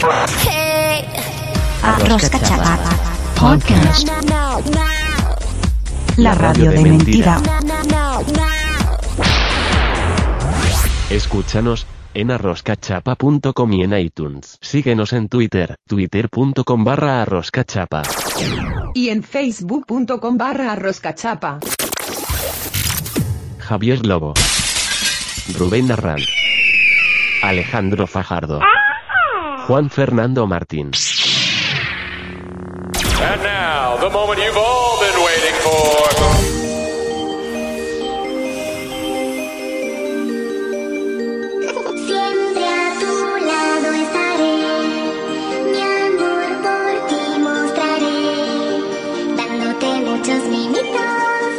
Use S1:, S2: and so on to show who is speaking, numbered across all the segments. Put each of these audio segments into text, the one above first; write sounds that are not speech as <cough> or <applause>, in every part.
S1: Hey.
S2: Rosca Chapa. Podcast. La radio de mentira.
S3: Escúchanos en arroscachapa.com y en iTunes. Síguenos en Twitter, twitter.com barra arroscachapa.
S4: Y en facebook.com barra roscachapa.
S3: Javier Lobo. Rubén Arran. Alejandro Fajardo. Juan Fernando Martín.
S5: And now, the moment you've all been waiting for.
S6: Siempre a tu lado estaré, mi amor por ti mostraré, dándote muchos mimitos,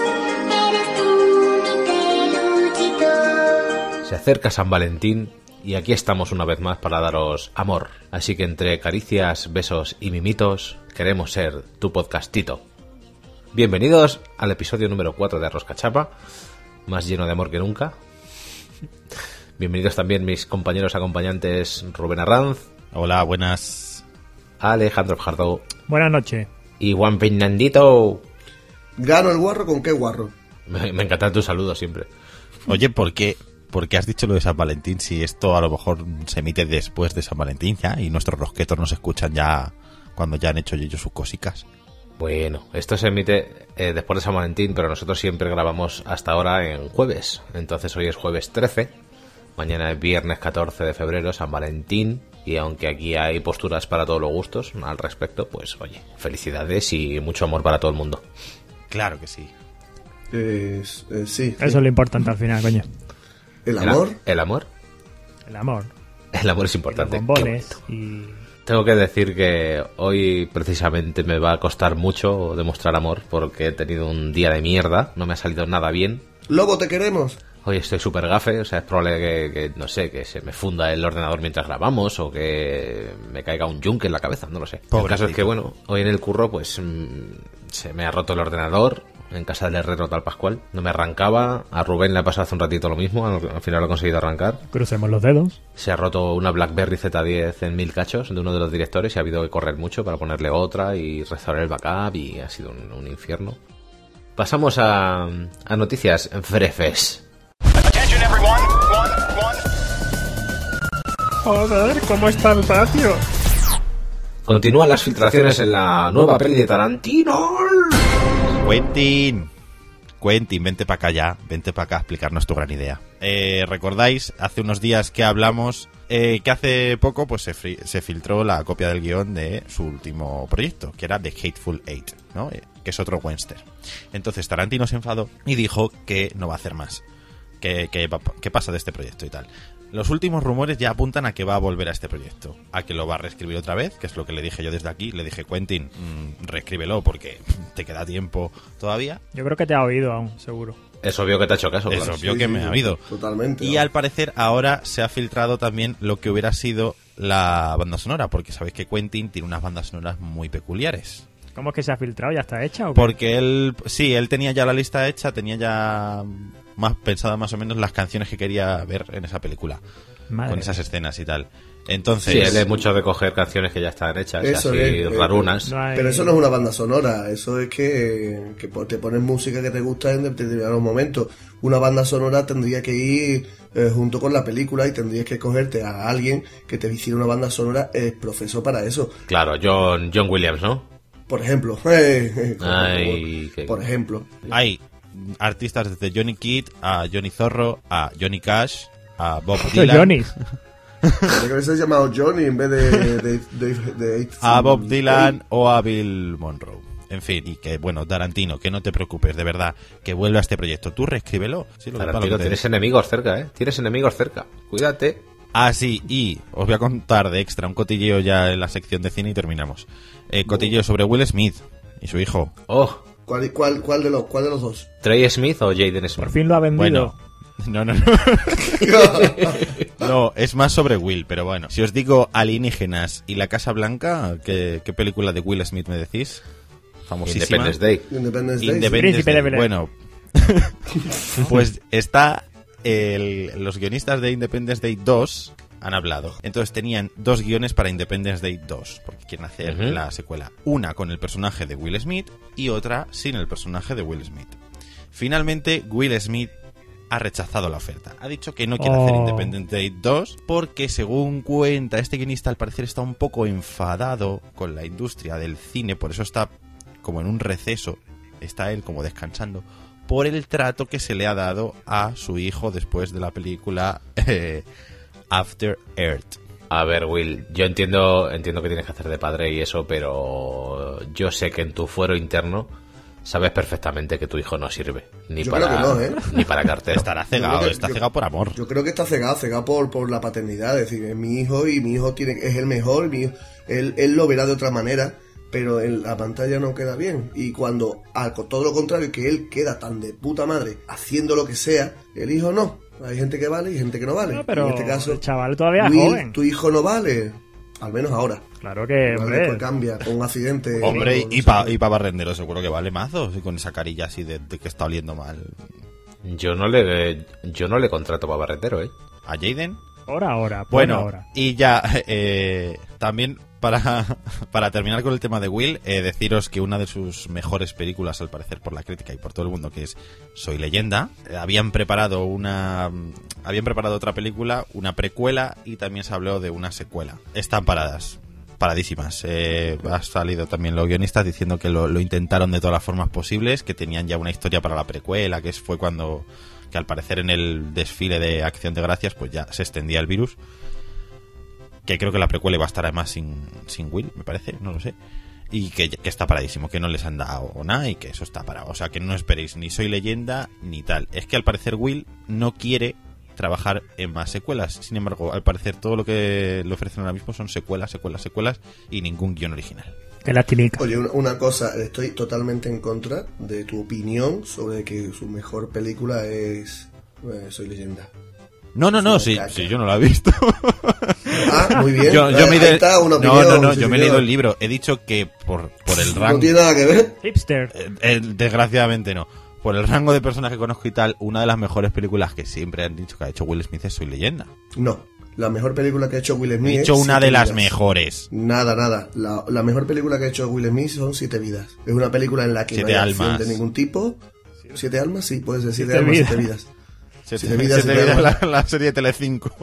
S6: eres tú mi peluchito.
S7: Se acerca San Valentín y aquí estamos una vez más para daros amor. Así que entre caricias, besos y mimitos, queremos ser tu podcastito. Bienvenidos al episodio número 4 de Arroz Cachapa, más lleno de amor que nunca. Bienvenidos también mis compañeros acompañantes Rubén Arranz,
S8: Hola, buenas.
S7: Alejandro Fajardo
S9: Buenas noches.
S7: y Juan Fernandito.
S10: ¿Gano el guarro con qué guarro?
S7: Me, me encantan tus saludos siempre.
S8: Oye, ¿por qué, por qué has dicho lo de San Valentín si esto a lo mejor se emite después de San Valentín ya y nuestros rosquetos nos escuchan ya cuando ya han hecho ellos sus cositas?
S7: Bueno, esto se emite eh, después de San Valentín, pero nosotros siempre grabamos hasta ahora en jueves. Entonces hoy es jueves 13, mañana es viernes 14 de febrero, San Valentín. Y aunque aquí hay posturas para todos los gustos al respecto, pues oye, felicidades y mucho amor para todo el mundo.
S8: Claro que sí.
S10: Eh, s- eh, sí. sí.
S9: Eso es lo importante al final, coño.
S10: El amor.
S7: El, el amor.
S9: El amor.
S7: El amor es
S9: Los
S7: importante.
S9: bombones. Y...
S7: Tengo que decir que hoy precisamente me va a costar mucho demostrar amor porque he tenido un día de mierda, no me ha salido nada bien,
S10: Lobo, te queremos.
S7: Hoy estoy súper gafe, o sea, es probable que, que, no sé, que se me funda el ordenador mientras grabamos o que me caiga un yunque en la cabeza, no lo sé. el
S8: Pobrecito.
S7: caso es que, bueno, hoy en el curro, pues mm, se me ha roto el ordenador en casa del herrero tal Pascual, no me arrancaba, a Rubén le ha pasado hace un ratito lo mismo, al, al final lo he conseguido arrancar.
S9: Crucemos los dedos.
S7: Se ha roto una BlackBerry Z10 en mil cachos de uno de los directores y ha habido que correr mucho para ponerle otra y restaurar el backup y ha sido un, un infierno. Pasamos a, a noticias brefes.
S5: Attention, everyone. One, one.
S9: Joder, ¿cómo está el patio?
S7: Continúan las filtraciones en la nueva peli de Tarantino.
S8: Quentin. Quentin, vente para acá ya, vente para acá a explicarnos tu gran idea. Eh, ¿Recordáis? Hace unos días que hablamos eh, que hace poco pues se, fri- se filtró la copia del guión de su último proyecto, que era The Hateful Eight, ¿no? Eh, que es otro western. Entonces Tarantino se enfadó y dijo que no va a hacer más. ¿Qué, qué va- qué pasa de este proyecto y tal. Los últimos rumores ya apuntan a que va a volver a este proyecto, a que lo va a reescribir otra vez, que es lo que le dije yo desde aquí. Le dije, Quentin, mm, reescríbelo porque te queda tiempo todavía.
S9: Yo creo que te ha oído aún, seguro.
S7: Es obvio que te ha hecho caso.
S8: Es
S7: claro.
S8: obvio que me ha habido.
S10: Totalmente.
S8: Y
S10: ¿no?
S8: al parecer ahora se ha filtrado también lo que hubiera sido la banda sonora, porque sabéis que Quentin tiene unas bandas sonoras muy peculiares.
S9: ¿Cómo es que se ha filtrado? ¿Ya está hecha? O qué?
S8: Porque él, sí, él tenía ya la lista hecha, tenía ya más pensada más o menos las canciones que quería ver en esa película,
S9: Madre
S8: con
S9: mía.
S8: esas escenas y tal. Entonces,
S7: Sí, él es mucho de coger canciones que ya están hechas,
S10: Eso
S7: así
S10: es, eh,
S7: rarunas.
S9: No hay-
S10: Pero eso no es una banda sonora, eso es que, que po- te pones música que te gusta en determinados momentos. Una banda sonora tendría que ir eh, junto con la película y tendrías que cogerte a alguien que te hiciera una banda sonora eh, profeso para eso.
S7: Claro, John, John Williams, ¿no?
S10: Por ejemplo, <laughs> eh, eh,
S7: Ay, qué-
S10: por ejemplo,
S8: hay artistas desde Johnny Kidd a Johnny Zorro, a Johnny Cash, a Bob
S9: Esto es
S8: Dylan,
S9: Johnny.
S10: Podría haberse llamado Johnny en vez de, de, de- de-
S8: a Ah, Bob Dylan o a Bill Monroe. En fin, y que bueno, Tarantino, que no te preocupes, de verdad, que vuelva a este proyecto. Tú reescríbelo. Sí, lo- para lo
S7: Tarantino,
S8: que te
S7: tienes enemigos cerca, ¿eh? Tienes enemigos cerca. Cuídate.
S8: Ah, sí, y os voy a contar de extra un cotilleo ya en la sección de cine y terminamos. Eh, cotilleo sobre Will Smith y su hijo.
S7: Oh,
S10: ¿Cuál, cuál, cuál, de los, ¿Cuál de los dos?
S7: Trey Smith o Jaden Smith.
S9: Por fin lo ha vendido.
S8: Bueno, no, no, no. No, es más sobre Will, pero bueno. Si os digo alienígenas y la Casa Blanca, ¿qué, qué película de Will Smith me decís? Famosísima.
S7: Independence Day.
S8: <laughs>
S10: Independence Day.
S8: Independence
S9: Príncipe de
S8: Day.
S9: Belén.
S8: Bueno, pues está el- los guionistas de Independence Day 2 han hablado. Entonces tenían dos guiones para Independence Day 2, porque quieren hacer
S7: Ujú.
S8: la secuela. Una con el personaje de Will Smith y otra sin el personaje de Will Smith. Finalmente, Will Smith ha rechazado la oferta. Ha dicho que no quiere hacer
S9: Oh.
S8: Independence Day 2 porque, según cuenta, este guionista al parecer está un poco enfadado con la industria del cine, por eso está como en un receso, está él como descansando, por el trato que se le ha dado a su hijo después de la película eh, After Earth.
S7: A ver, Will, yo entiendo, entiendo que tienes que hacer de padre y eso, pero yo sé que en tu fuero interno sabes perfectamente que tu hijo no sirve. Ni
S10: Yo
S7: para
S10: creo que no, ¿eh?
S7: ni para cartero.
S8: Estará
S10: Yo
S8: cegado,
S10: creo que-
S8: está
S10: yo-
S8: cegado por amor.
S10: Yo creo que está cegado, cegado por, por la paternidad. Es decir, es mi hijo y mi hijo tiene, es el mejor. Mi, hijo- él, él lo verá de otra manera, pero en la pantalla no queda bien. Y cuando, al co- todo lo contrario, que él queda tan de puta madre haciendo lo que sea, el hijo no. Hay gente que vale y gente que no vale.
S9: No, pero
S10: en este caso,
S9: el chaval todavía es
S10: Will,
S9: joven.
S10: tu hijo no vale. Al menos ahora.
S9: Claro que,
S10: Igual
S9: hombre.
S10: después cambia con un accidente.
S8: Hombre,
S10: con-
S8: y para y pa barrendero seguro que vale mazo, y con esa carilla así de, de que está oliendo mal.
S7: Yo no le yo no le contrato para barretero, ¿eh?
S8: ¿A Jaden?
S9: Ahora, ahora. pon
S8: Bueno,
S9: ahora.
S8: y ya, <laughs> eh, también para, <laughs> para terminar con el tema de Will, eh, deciros que una de sus mejores películas, al parecer por la crítica y por todo el mundo, que es Soy Leyenda, eh, habían preparado una mm, habían preparado otra película, una precuela y también se habló de una secuela. Están paradas. Paradísimas. Eh, ha salido también los guionistas diciendo que lo, lo intentaron de todas las formas posibles, que tenían ya una historia para la precuela, que es- fue cuando, que al parecer en el desfile de Acción de Gracias, pues ya se extendía el virus que creo que la precuela iba a estar además sin, sin Will, me parece, no lo sé. Y que, que está paradísimo, que no les han dado nada y que eso está parado. O sea, que no esperéis ni Soy Leyenda ni tal. Es que al parecer Will no quiere trabajar en más secuelas. Sin embargo, al parecer todo lo que le ofrecen ahora mismo son secuelas, secuelas, secuelas y ningún guión original.
S9: Qué lastimica.
S10: Oye, una, una cosa, estoy totalmente en contra de tu opinión sobre que su mejor película es eh, Soy Leyenda.
S8: No, no, no, sí, sí, yo no lo he visto.
S10: Ah, muy
S8: <laughs>
S10: bien.
S8: Yo, yo
S10: Eh,
S8: me he
S10: ahí
S8: de-
S10: está una
S8: no,
S10: opinión,
S8: no, no,
S10: sí,
S8: yo me he
S10: señor.
S8: leído el libro. He dicho que por, por el rango.
S10: No tiene nada que ver.
S9: Hipster.
S8: Eh, eh, desgraciadamente no. Por el rango de personaje que conozco y tal, una de las mejores películas que siempre han dicho que ha hecho Will Smith es Soy Leyenda.
S10: No, la mejor película que ha hecho Will Smith.
S8: He
S10: es
S8: hecho una
S10: Siete
S8: de las
S10: vidas.
S8: mejores.
S10: Nada, nada. La, la mejor película que ha hecho Will Smith son Siete Vidas. Es una película en la que
S8: Siete
S10: no hay acción
S8: almas.
S10: de ningún tipo. Siete almas, sí, puedes decir
S9: Siete
S10: siete
S9: vidas.
S10: almas, siete vidas.
S8: Se
S10: Siete vidas, siete almas.
S8: la, la serie de Telecinco.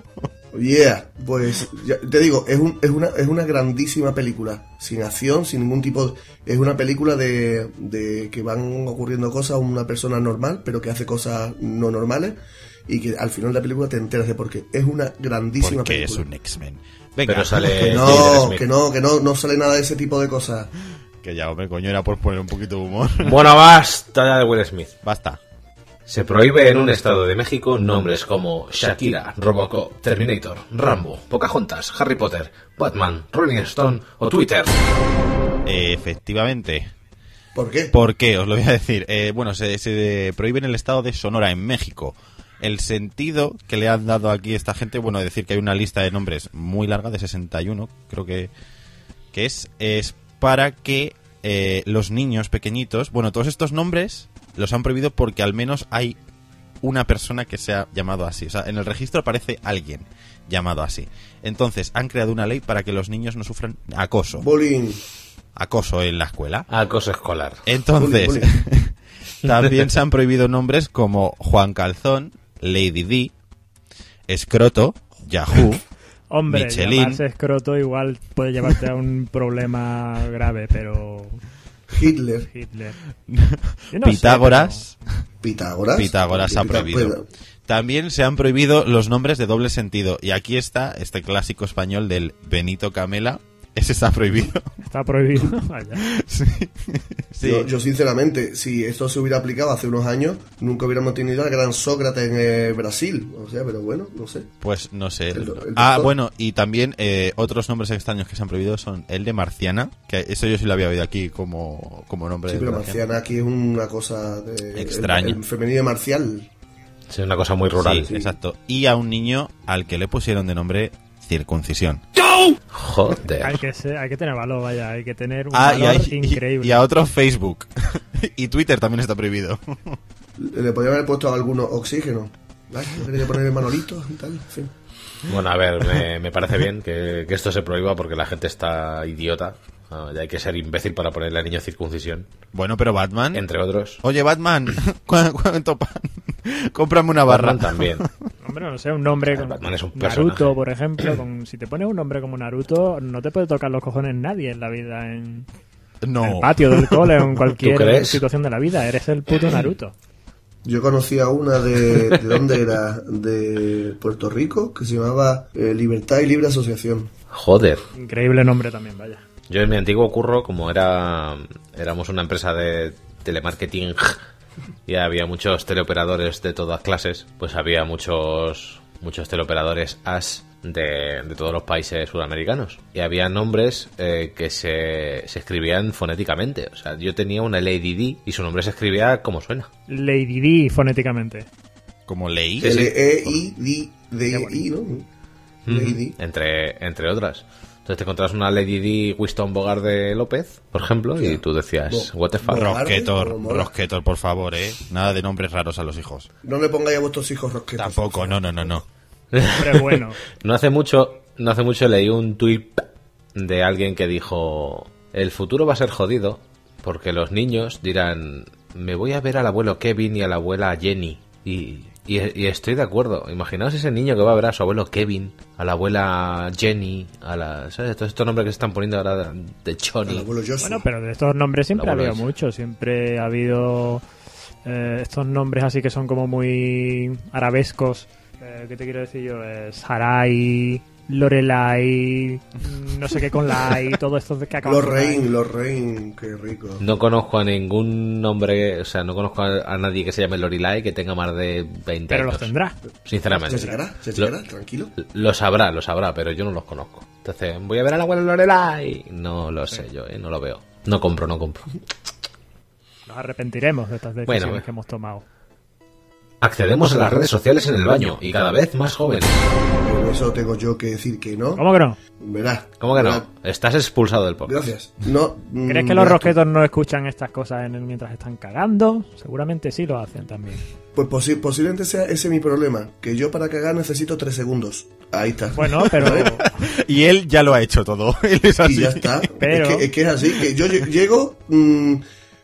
S10: Yeah, pues ya- te digo, es, un- es, una, es una grandísima película, sin acción, sin ningún tipo de- Es una película de, de que van ocurriendo cosas a una persona normal, pero que hace cosas no normales, y que al final de la película te enteras de por qué. Es una grandísima
S8: Porque es
S10: película.
S8: un X-Men. Venga,
S7: Pero sale-
S10: Que
S7: Eh,
S10: no,
S7: Smith.
S10: que no, que no, no sale nada de ese tipo de cosas.
S8: que ya, hombre, coño, era por poner un poquito de humor.
S7: Bueno, basta ya de Will Smith.
S8: <laughs> Basta.
S7: Se prohíbe en un estado de México nombres como Shakira, Robocop, Terminator, Rambo, Pocahontas, Harry Potter, Batman, Rolling Stone o Twitter.
S8: Eh, efectivamente.
S10: ¿Por qué?
S8: ¿Por qué? Os lo voy a decir. Eh, bueno, se, se prohíbe en el estado de Sonora, en México. El sentido que le han dado aquí esta gente, bueno, decir que hay una lista de nombres muy larga, de 61, creo que, que es, es para que eh, los niños pequeñitos, bueno, todos estos nombres los han prohibido porque al menos hay una persona que sea llamado así. O sea, en el registro aparece alguien llamado así. Entonces, han creado una ley para que los niños no sufran acoso.
S10: Bullying.
S8: Acoso en la escuela.
S7: Ah, Acoso escolar.
S8: Entonces,
S10: Bullying,
S8: también se han prohibido nombres como Juan Calzón, Lady D, Escroto, Yahoo.
S9: Hombre,
S8: Michelin.
S9: llamarse escroto igual puede llevarte a un <laughs> problema grave, pero
S10: Hitler,
S9: Hitler. Yo no sé,
S8: Pitágoras.
S10: Pitágoras. pues,
S8: Pitágoras ha
S10: Pitá-
S8: prohibido. También se han prohibido los nombres de doble sentido. Y aquí está este clásico español del Benito Camela. Ese está prohibido. <laughs>
S9: pero está prohibido. <laughs> Vaya.
S8: Sí. Sí.
S10: Yo, yo, sinceramente, si esto se hubiera aplicado hace unos años, nunca hubiéramos tenido al gran Sócrates en eh, Brasil. O sea, pero bueno, no sé.
S8: Pues no sé.
S10: El- el
S8: ah,
S10: doctor.
S8: bueno, y también eh, otros nombres extraños que se han prohibido son el de Marciana, que eso yo sí lo había oído aquí como, como nombre
S10: Sí,
S8: de
S10: pero
S8: Marciana.
S10: marciana aquí es una cosa de,
S8: Extraña.
S10: El, el femenino de marcial.
S7: Es una cosa muy rural.
S8: Sí, exacto. Y a un niño al que le pusieron de nombre circuncisión.
S9: Hay
S7: Joder.
S9: que, ser- hay que tener valor, vaya. Hay que tener un
S8: Ah, y,
S9: valor
S8: hay- y-
S9: increíble.
S8: y a otro Facebook. <laughs> y Twitter también está prohibido. <laughs>
S10: Le podría haber puesto algunos oxígeno. Ay, yo tenía que ponerle manolitos y tal. en fin.
S7: Bueno, a ver, me, me parece bien que, que esto se prohíba porque la gente está idiota. Ah, ya hay que ser imbécil para ponerle a niño circuncisión,
S8: Bueno, pero Batman.
S7: entre otros.
S8: Oye, Batman, <laughs> ¿cu- ¿cuánto pan? <laughs> Cómprame una barra.
S7: Batman también.
S9: Hombre, no sé, un nombre con
S7: Batman es un personaje.
S9: Naruto, por ejemplo. Con, si te pones un nombre como Naruto, no te puede tocar los cojones nadie en la vida, en
S8: No.
S9: el patio del cole
S8: <laughs>
S9: o en cualquier
S7: crees?
S9: situación de la vida. Eres el puto Naruto.
S10: Yo conocía una de, de dónde era, de Puerto Rico, que se llamaba eh, Libertad y Libre Asociación.
S7: Joder.
S9: Increíble nombre también, vaya.
S7: Yo en mi antiguo curro, como era éramos una empresa de telemarketing <laughs> y había muchos teleoperadores de todas clases, pues había muchos muchos teleoperadores AS de, de todos los países sudamericanos. Y había nombres eh, que se, se escribían fonéticamente. O sea, yo tenía una Lady D y su nombre se escribía como suena.
S9: Lady D fonéticamente.
S8: Como leí.
S7: Sí, sí.
S10: Eh, L-E-I-D-I, ¿no? Lady.
S7: Entre, entre otras. Entonces te encontrás una Lady D Winston Bogart de López, por ejemplo, y tú decías,
S10: Bo-
S7: what the fuck.
S10: Bogart.
S8: Rosquetor,
S10: ¿eh? Como mola.
S8: Rosquetor, por favor, eh. Nada de nombres raros a los hijos.
S10: No le pongáis a vuestros hijos rosquetas.
S8: Tampoco, no, no, no, no. <laughs>
S9: Pero bueno,
S7: No hace mucho, no hace mucho leí un tuit de alguien que dijo el futuro va a ser jodido porque los niños dirán me voy a ver al abuelo Kevin y a la abuela Jenny y, y- y estoy de acuerdo. Imaginaos ese niño que va a ver a su abuelo Kevin, a la abuela Jenny, a la ¿sabes? todos estos nombres que se están poniendo ahora de
S10: Al
S7: Choni.
S10: abuelo Joshua.
S9: bueno, pero de estos nombres siempre
S7: La
S9: ha
S7: bola
S9: habido
S7: esa.
S9: mucho. Siempre ha habido eh, estos nombres así que son como muy arabescos. Eh, ¿Qué te quiero decir yo? Eh, Sarai, Lorelai, mm, no sé qué con la y todo esto que acaban
S10: Los
S9: con la I.
S10: Rein, los Rein, qué rico.
S7: No conozco a ningún nombre, o sea, no conozco a, a nadie que se llame Lorelai que tenga más de 20
S9: Pero los
S7: años.
S9: tendrá.
S10: Se
S7: Sinceramente.
S10: llegará, se
S7: Lo-
S10: llegará, tranquilo.
S7: Lo sabrá, lo sabrá, pero yo no los conozco. Entonces, voy a ver a la abuela Lorelai. No lo sé yo, ¿eh? no lo veo. No compro, no compro.
S9: Nos arrepentiremos de estas decisiones
S7: bueno.
S9: que hemos tomado.
S7: Accedemos a las redes sociales en el baño y cada vez más jóvenes.
S10: Pero eso tengo yo que decir que no.
S9: ¿Cómo que no?
S10: Verás.
S7: ¿Cómo que no?
S10: verás.
S7: Estás expulsado del podcast.
S10: Gracias. No, mm,
S9: ¿Crees que los
S10: verás tú.
S9: rosquetos no escuchan estas cosas en el- mientras están cagando? Seguramente sí lo hacen también.
S10: Pues posi- posiblemente sea ese mi problema, que yo para cagar necesito tres segundos. Ahí está.
S9: Bueno, pero
S8: Y él ya lo ha hecho todo. <laughs> Él es así.
S10: <laughs> y ya está.
S9: Pero-
S10: Es, que, es que es así, que yo lle- llego, mm,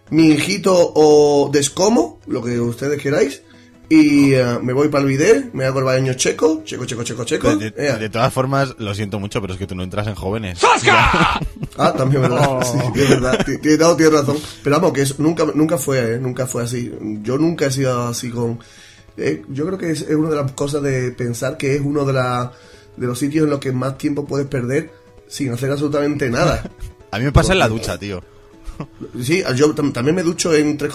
S10: mi hijito o descomo, lo que ustedes queráis, y eh, me voy para el bidet, me hago el baño checo, checo, checo, checo,
S8: <laughs>
S10: checo.
S8: De, de-
S10: ea.
S8: de todas formas, lo siento mucho, pero es que tú no entras en jóvenes.
S10: Ah, también verdad.
S9: Oh.
S10: Sí, es verdad. Ti- ti- no, tienes razón. Pero vamos, que eso nunca, nunca fue, ¿eh? Nunca fue así. Yo nunca he sido así con... eh, yo creo que es, es una de las cosas de pensar que es uno de, la- de los sitios en los que más tiempo puedes perder sin hacer absolutamente nada.
S8: A mí me pasa en la ducha, tío.
S10: Sí, yo tam- también me ducho en 3,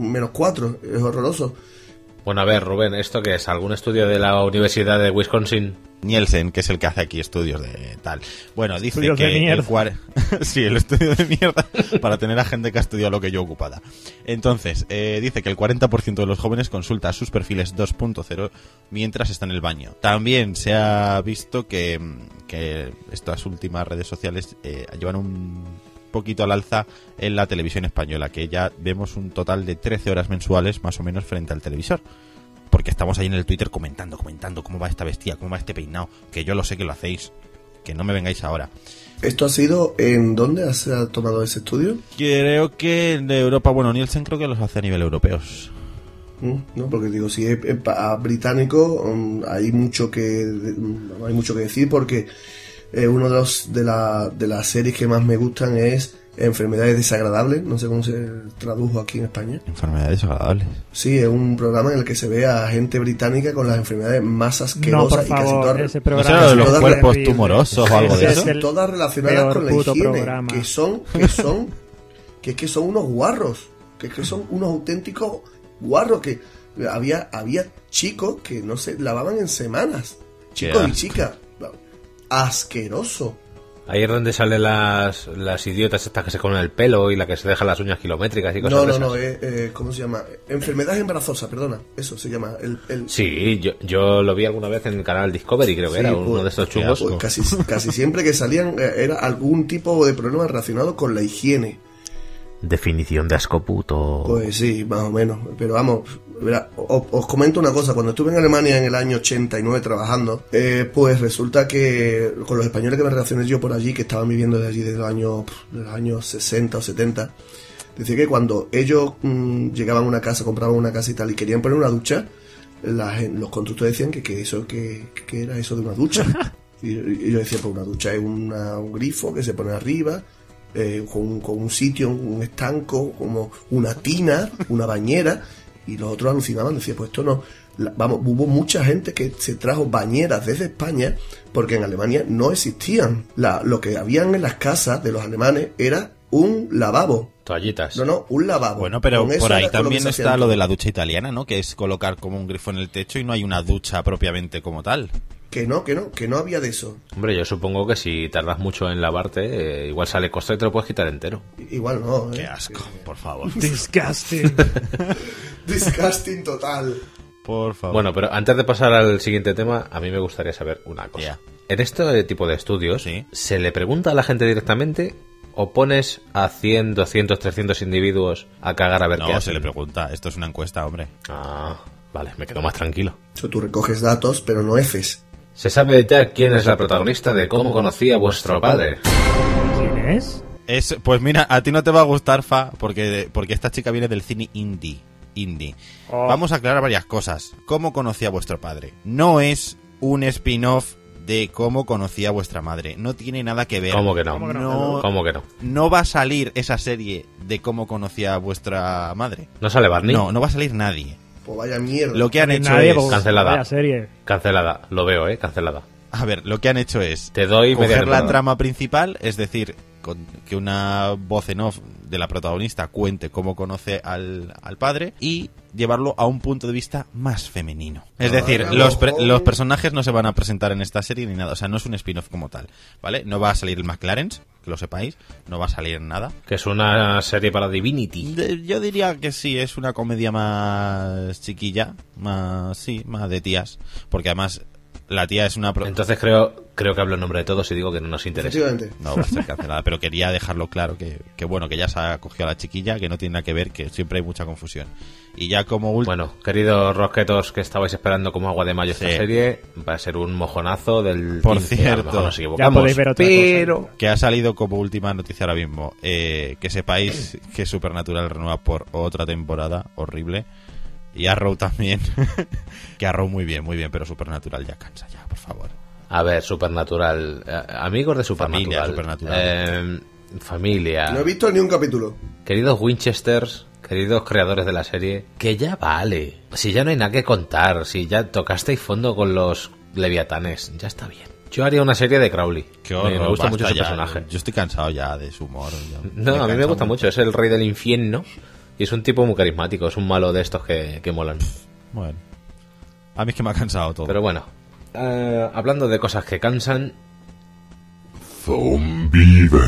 S10: menos 4. Es horroroso.
S7: Bueno, a ver, Rubén, ¿esto qué es? ¿Algún estudio de la Universidad de Wisconsin?
S8: Nielsen, que es el que hace aquí estudios de tal. Bueno, dice
S9: Estudios
S8: que
S9: de mierda.
S8: el cuar- <laughs> sí, el estudio de mierda para tener a gente que ha estudiado lo que yo ocupada. Entonces, eh, dice que el 40% de los jóvenes consulta sus perfiles 2.0 mientras está en el baño. También se ha visto que, mm, que estas últimas redes sociales eh, llevan un poquito al alza en la televisión española, que ya vemos un total de 13 horas mensuales más o menos frente al televisor. Porque estamos ahí en el Twitter comentando, comentando cómo va esta vestida, cómo va este peinado. Que yo lo sé que lo hacéis. Que no me vengáis ahora.
S10: ¿Esto ha sido en dónde has eh, tomado ese estudio?
S8: Creo que en Europa, bueno, Nielsen creo que los hace a nivel europeo.
S10: Mm, ¿no? Porque digo, si es, es pa- ah, británico, mm, hay mucho que mm, hay mucho que decir porque eh, uno de los de, la- de las series que más me gustan es Enfermedades desagradables, no sé cómo se tradujo aquí en España.
S8: Enfermedades agradables.
S10: Sí, es un programa en el que se ve a gente británica con las enfermedades más
S9: no, por
S10: asquerosas y casi
S9: favor,
S10: todas,
S9: ese
S8: ¿No
S9: programa.
S8: será lo de
S9: es
S8: los
S10: Todas
S8: cuerpos
S9: terrible.
S8: tumorosos o algo de
S9: Ese es
S8: eso?
S9: el
S10: todas relacionadas
S9: peor
S10: con la
S9: puto
S10: higiene,
S9: programa.
S10: que son que son que es que son unos guarros, que es que son unos auténticos guarros que había había chicos que no se lavaban en semanas. Chicos
S8: Qué
S10: y
S8: asco.
S10: chicas. Asqueroso.
S7: Ahí es donde salen las, las idiotas estas que se comen el pelo y la que se deja las uñas kilométricas y cosas
S10: No,
S7: de
S10: no,
S7: esas.
S10: no, eh, eh, ¿cómo se llama? Enfermedad embarazosa, perdona. Eso se llama el, el-
S7: Sí, yo, yo lo vi alguna vez en el canal Discovery, creo que
S10: Sí,
S7: era
S10: pues,
S7: uno de estos chungos.
S10: pues casi, casi siempre que salían eh, era algún tipo de problema relacionado con la higiene.
S7: Definición de asco puto.
S10: Pues sí, más o menos. Pero vamos, Verá, o- os comento una cosa, cuando estuve en Alemania en el año 89 trabajando, eh, pues resulta que con los españoles que me relacioné yo por allí, que estaban viviendo desde allí desde los años, pf, de los años 60 o 70, decía que cuando ellos mm, llegaban a una casa, compraban una casa y tal, y querían poner una ducha, la gen- los constructores decían que, que eso que, que era eso de una ducha. y, y yo decía, pues una ducha es una- un grifo que se pone arriba, eh, con, un- con un sitio, un estanco, como una tina, una bañera, y los otros alucinaban, decían, pues esto no. La- vamos, hubo mucha gente que se trajo bañeras desde España, porque en Alemania no existían. La- lo que habían en las casas de los alemanes era un lavabo.
S7: Toallitas.
S10: No, no, un lavabo.
S8: Bueno, pero
S10: Con eso
S8: por
S10: era
S8: ahí
S10: con que
S8: también
S10: se
S8: está
S10: hacían
S8: lo de la ducha italiana, ¿no? Que es colocar como un grifo en el techo y no hay una ducha propiamente como tal.
S10: Que no, que no, que no había de eso.
S7: Hombre, yo supongo que si tardas mucho en lavarte, eh, igual sale costa y te lo puedes quitar entero.
S10: I- Igual no, ¿eh?
S8: Qué asco, por favor.
S9: Disgusting.
S10: <laughs> Disgusting total.
S8: Por favor.
S7: Bueno, pero antes de pasar al siguiente tema, a mí me gustaría saber una cosa.
S8: Ya.
S7: En este tipo de estudios,
S8: Sí.
S7: ¿se le pregunta a la gente directamente o pones a 100, 200, 300 individuos a cagar a ver qué
S8: no, se
S7: hacen?
S8: le pregunta. Esto es una encuesta, hombre.
S7: Ah, vale, me quedo más tranquilo.
S10: Eso tú recoges datos, pero no heces.
S7: Se sabe ya quién es la protagonista de cómo conocí a vuestro padre.
S9: ¿Quién es?
S8: Es, pues mira, a ti no te va a gustar, Fa, porque, porque esta chica viene del cine indie. indie.
S9: Oh.
S8: Vamos a aclarar varias cosas. ¿Cómo conocí a vuestro padre? No es un spin-off de cómo conocí a vuestra madre. No tiene nada que ver.
S7: ¿Cómo que no?
S9: ¿Cómo que
S8: no?
S7: ¿Cómo que no?
S8: No va a salir esa serie de cómo conocí a vuestra madre.
S7: ¿No sale Barney?
S8: No, no va a salir nadie.
S10: Pues vaya mierda.
S8: Lo que han hecho
S9: Nadie,
S8: es...
S9: porque
S7: cancelada.
S9: vaya serie.
S7: Cancelada, lo veo, eh, cancelada.
S8: A ver, lo que han hecho es...
S7: Te doy media
S8: coger la
S7: temporada.
S8: trama principal, es decir, con- que una voz en off de la protagonista cuente cómo conoce al, al padre y llevarlo a un punto de vista más femenino. Es decir,
S10: Ah,
S8: los, pre-
S10: ojo.
S8: los personajes no se van a presentar en esta serie ni nada, o sea, no es un spin-off como tal, ¿vale? No va a salir el McLaren, que lo sepáis, no va a salir nada.
S7: Que es una serie para Divinity.
S8: De- Yo diría que sí, es una comedia más chiquilla, más, sí, más de tías, porque además la tía es una... pro-
S7: Entonces creo, creo que hablo en nombre de todos y digo que no nos interesa.
S10: Efectivamente.
S8: No va a ser cancelada, pero quería dejarlo claro que, que bueno, que ya se ha cogido a la chiquilla, que no tiene nada que ver, que siempre hay mucha confusión. Y ya como último...
S7: Bueno, queridos rosquetos que estabais esperando como agua de mayo
S8: Sí.
S7: esta serie, va a ser un mojonazo del
S8: Por
S7: 15, a lo mejor
S8: cierto.
S7: nos
S8: Ya
S7: equivocamos,
S9: podéis ver otra cosa.
S7: pero
S8: Que ha salido como última noticia ahora mismo. eh, que sepáis que Supernatural renueva por otra temporada horrible. Y Arrow también. <laughs> que Arrow muy bien, muy bien, pero Supernatural ya cansa, ya, por favor.
S7: a ver, Supernatural, eh, amigos de
S8: Familia,
S7: Supernatural,
S8: Supernatural.
S7: eh, familia,
S10: No he visto ni un capítulo.
S7: queridos Winchesters, queridos creadores de la serie, que ya vale. Si ya no hay nada que contar, si ya tocasteis fondo con los leviatanes, ya está bien. Yo haría una serie de Crowley.
S8: Qué
S7: Me-
S8: horror,
S7: me gusta
S8: basta
S7: mucho su
S8: ya.
S7: personaje.
S8: Yo estoy cansado ya de su humor. ya.
S7: No, a mí me
S8: cansa
S7: gusta mucho. Es el rey del infierno y es un tipo muy carismático. Es un malo de estos que, que molan.
S8: Bueno. A mí es que me ha cansado todo.
S7: Pero bueno, eh, hablando de cosas que cansan,
S10: Después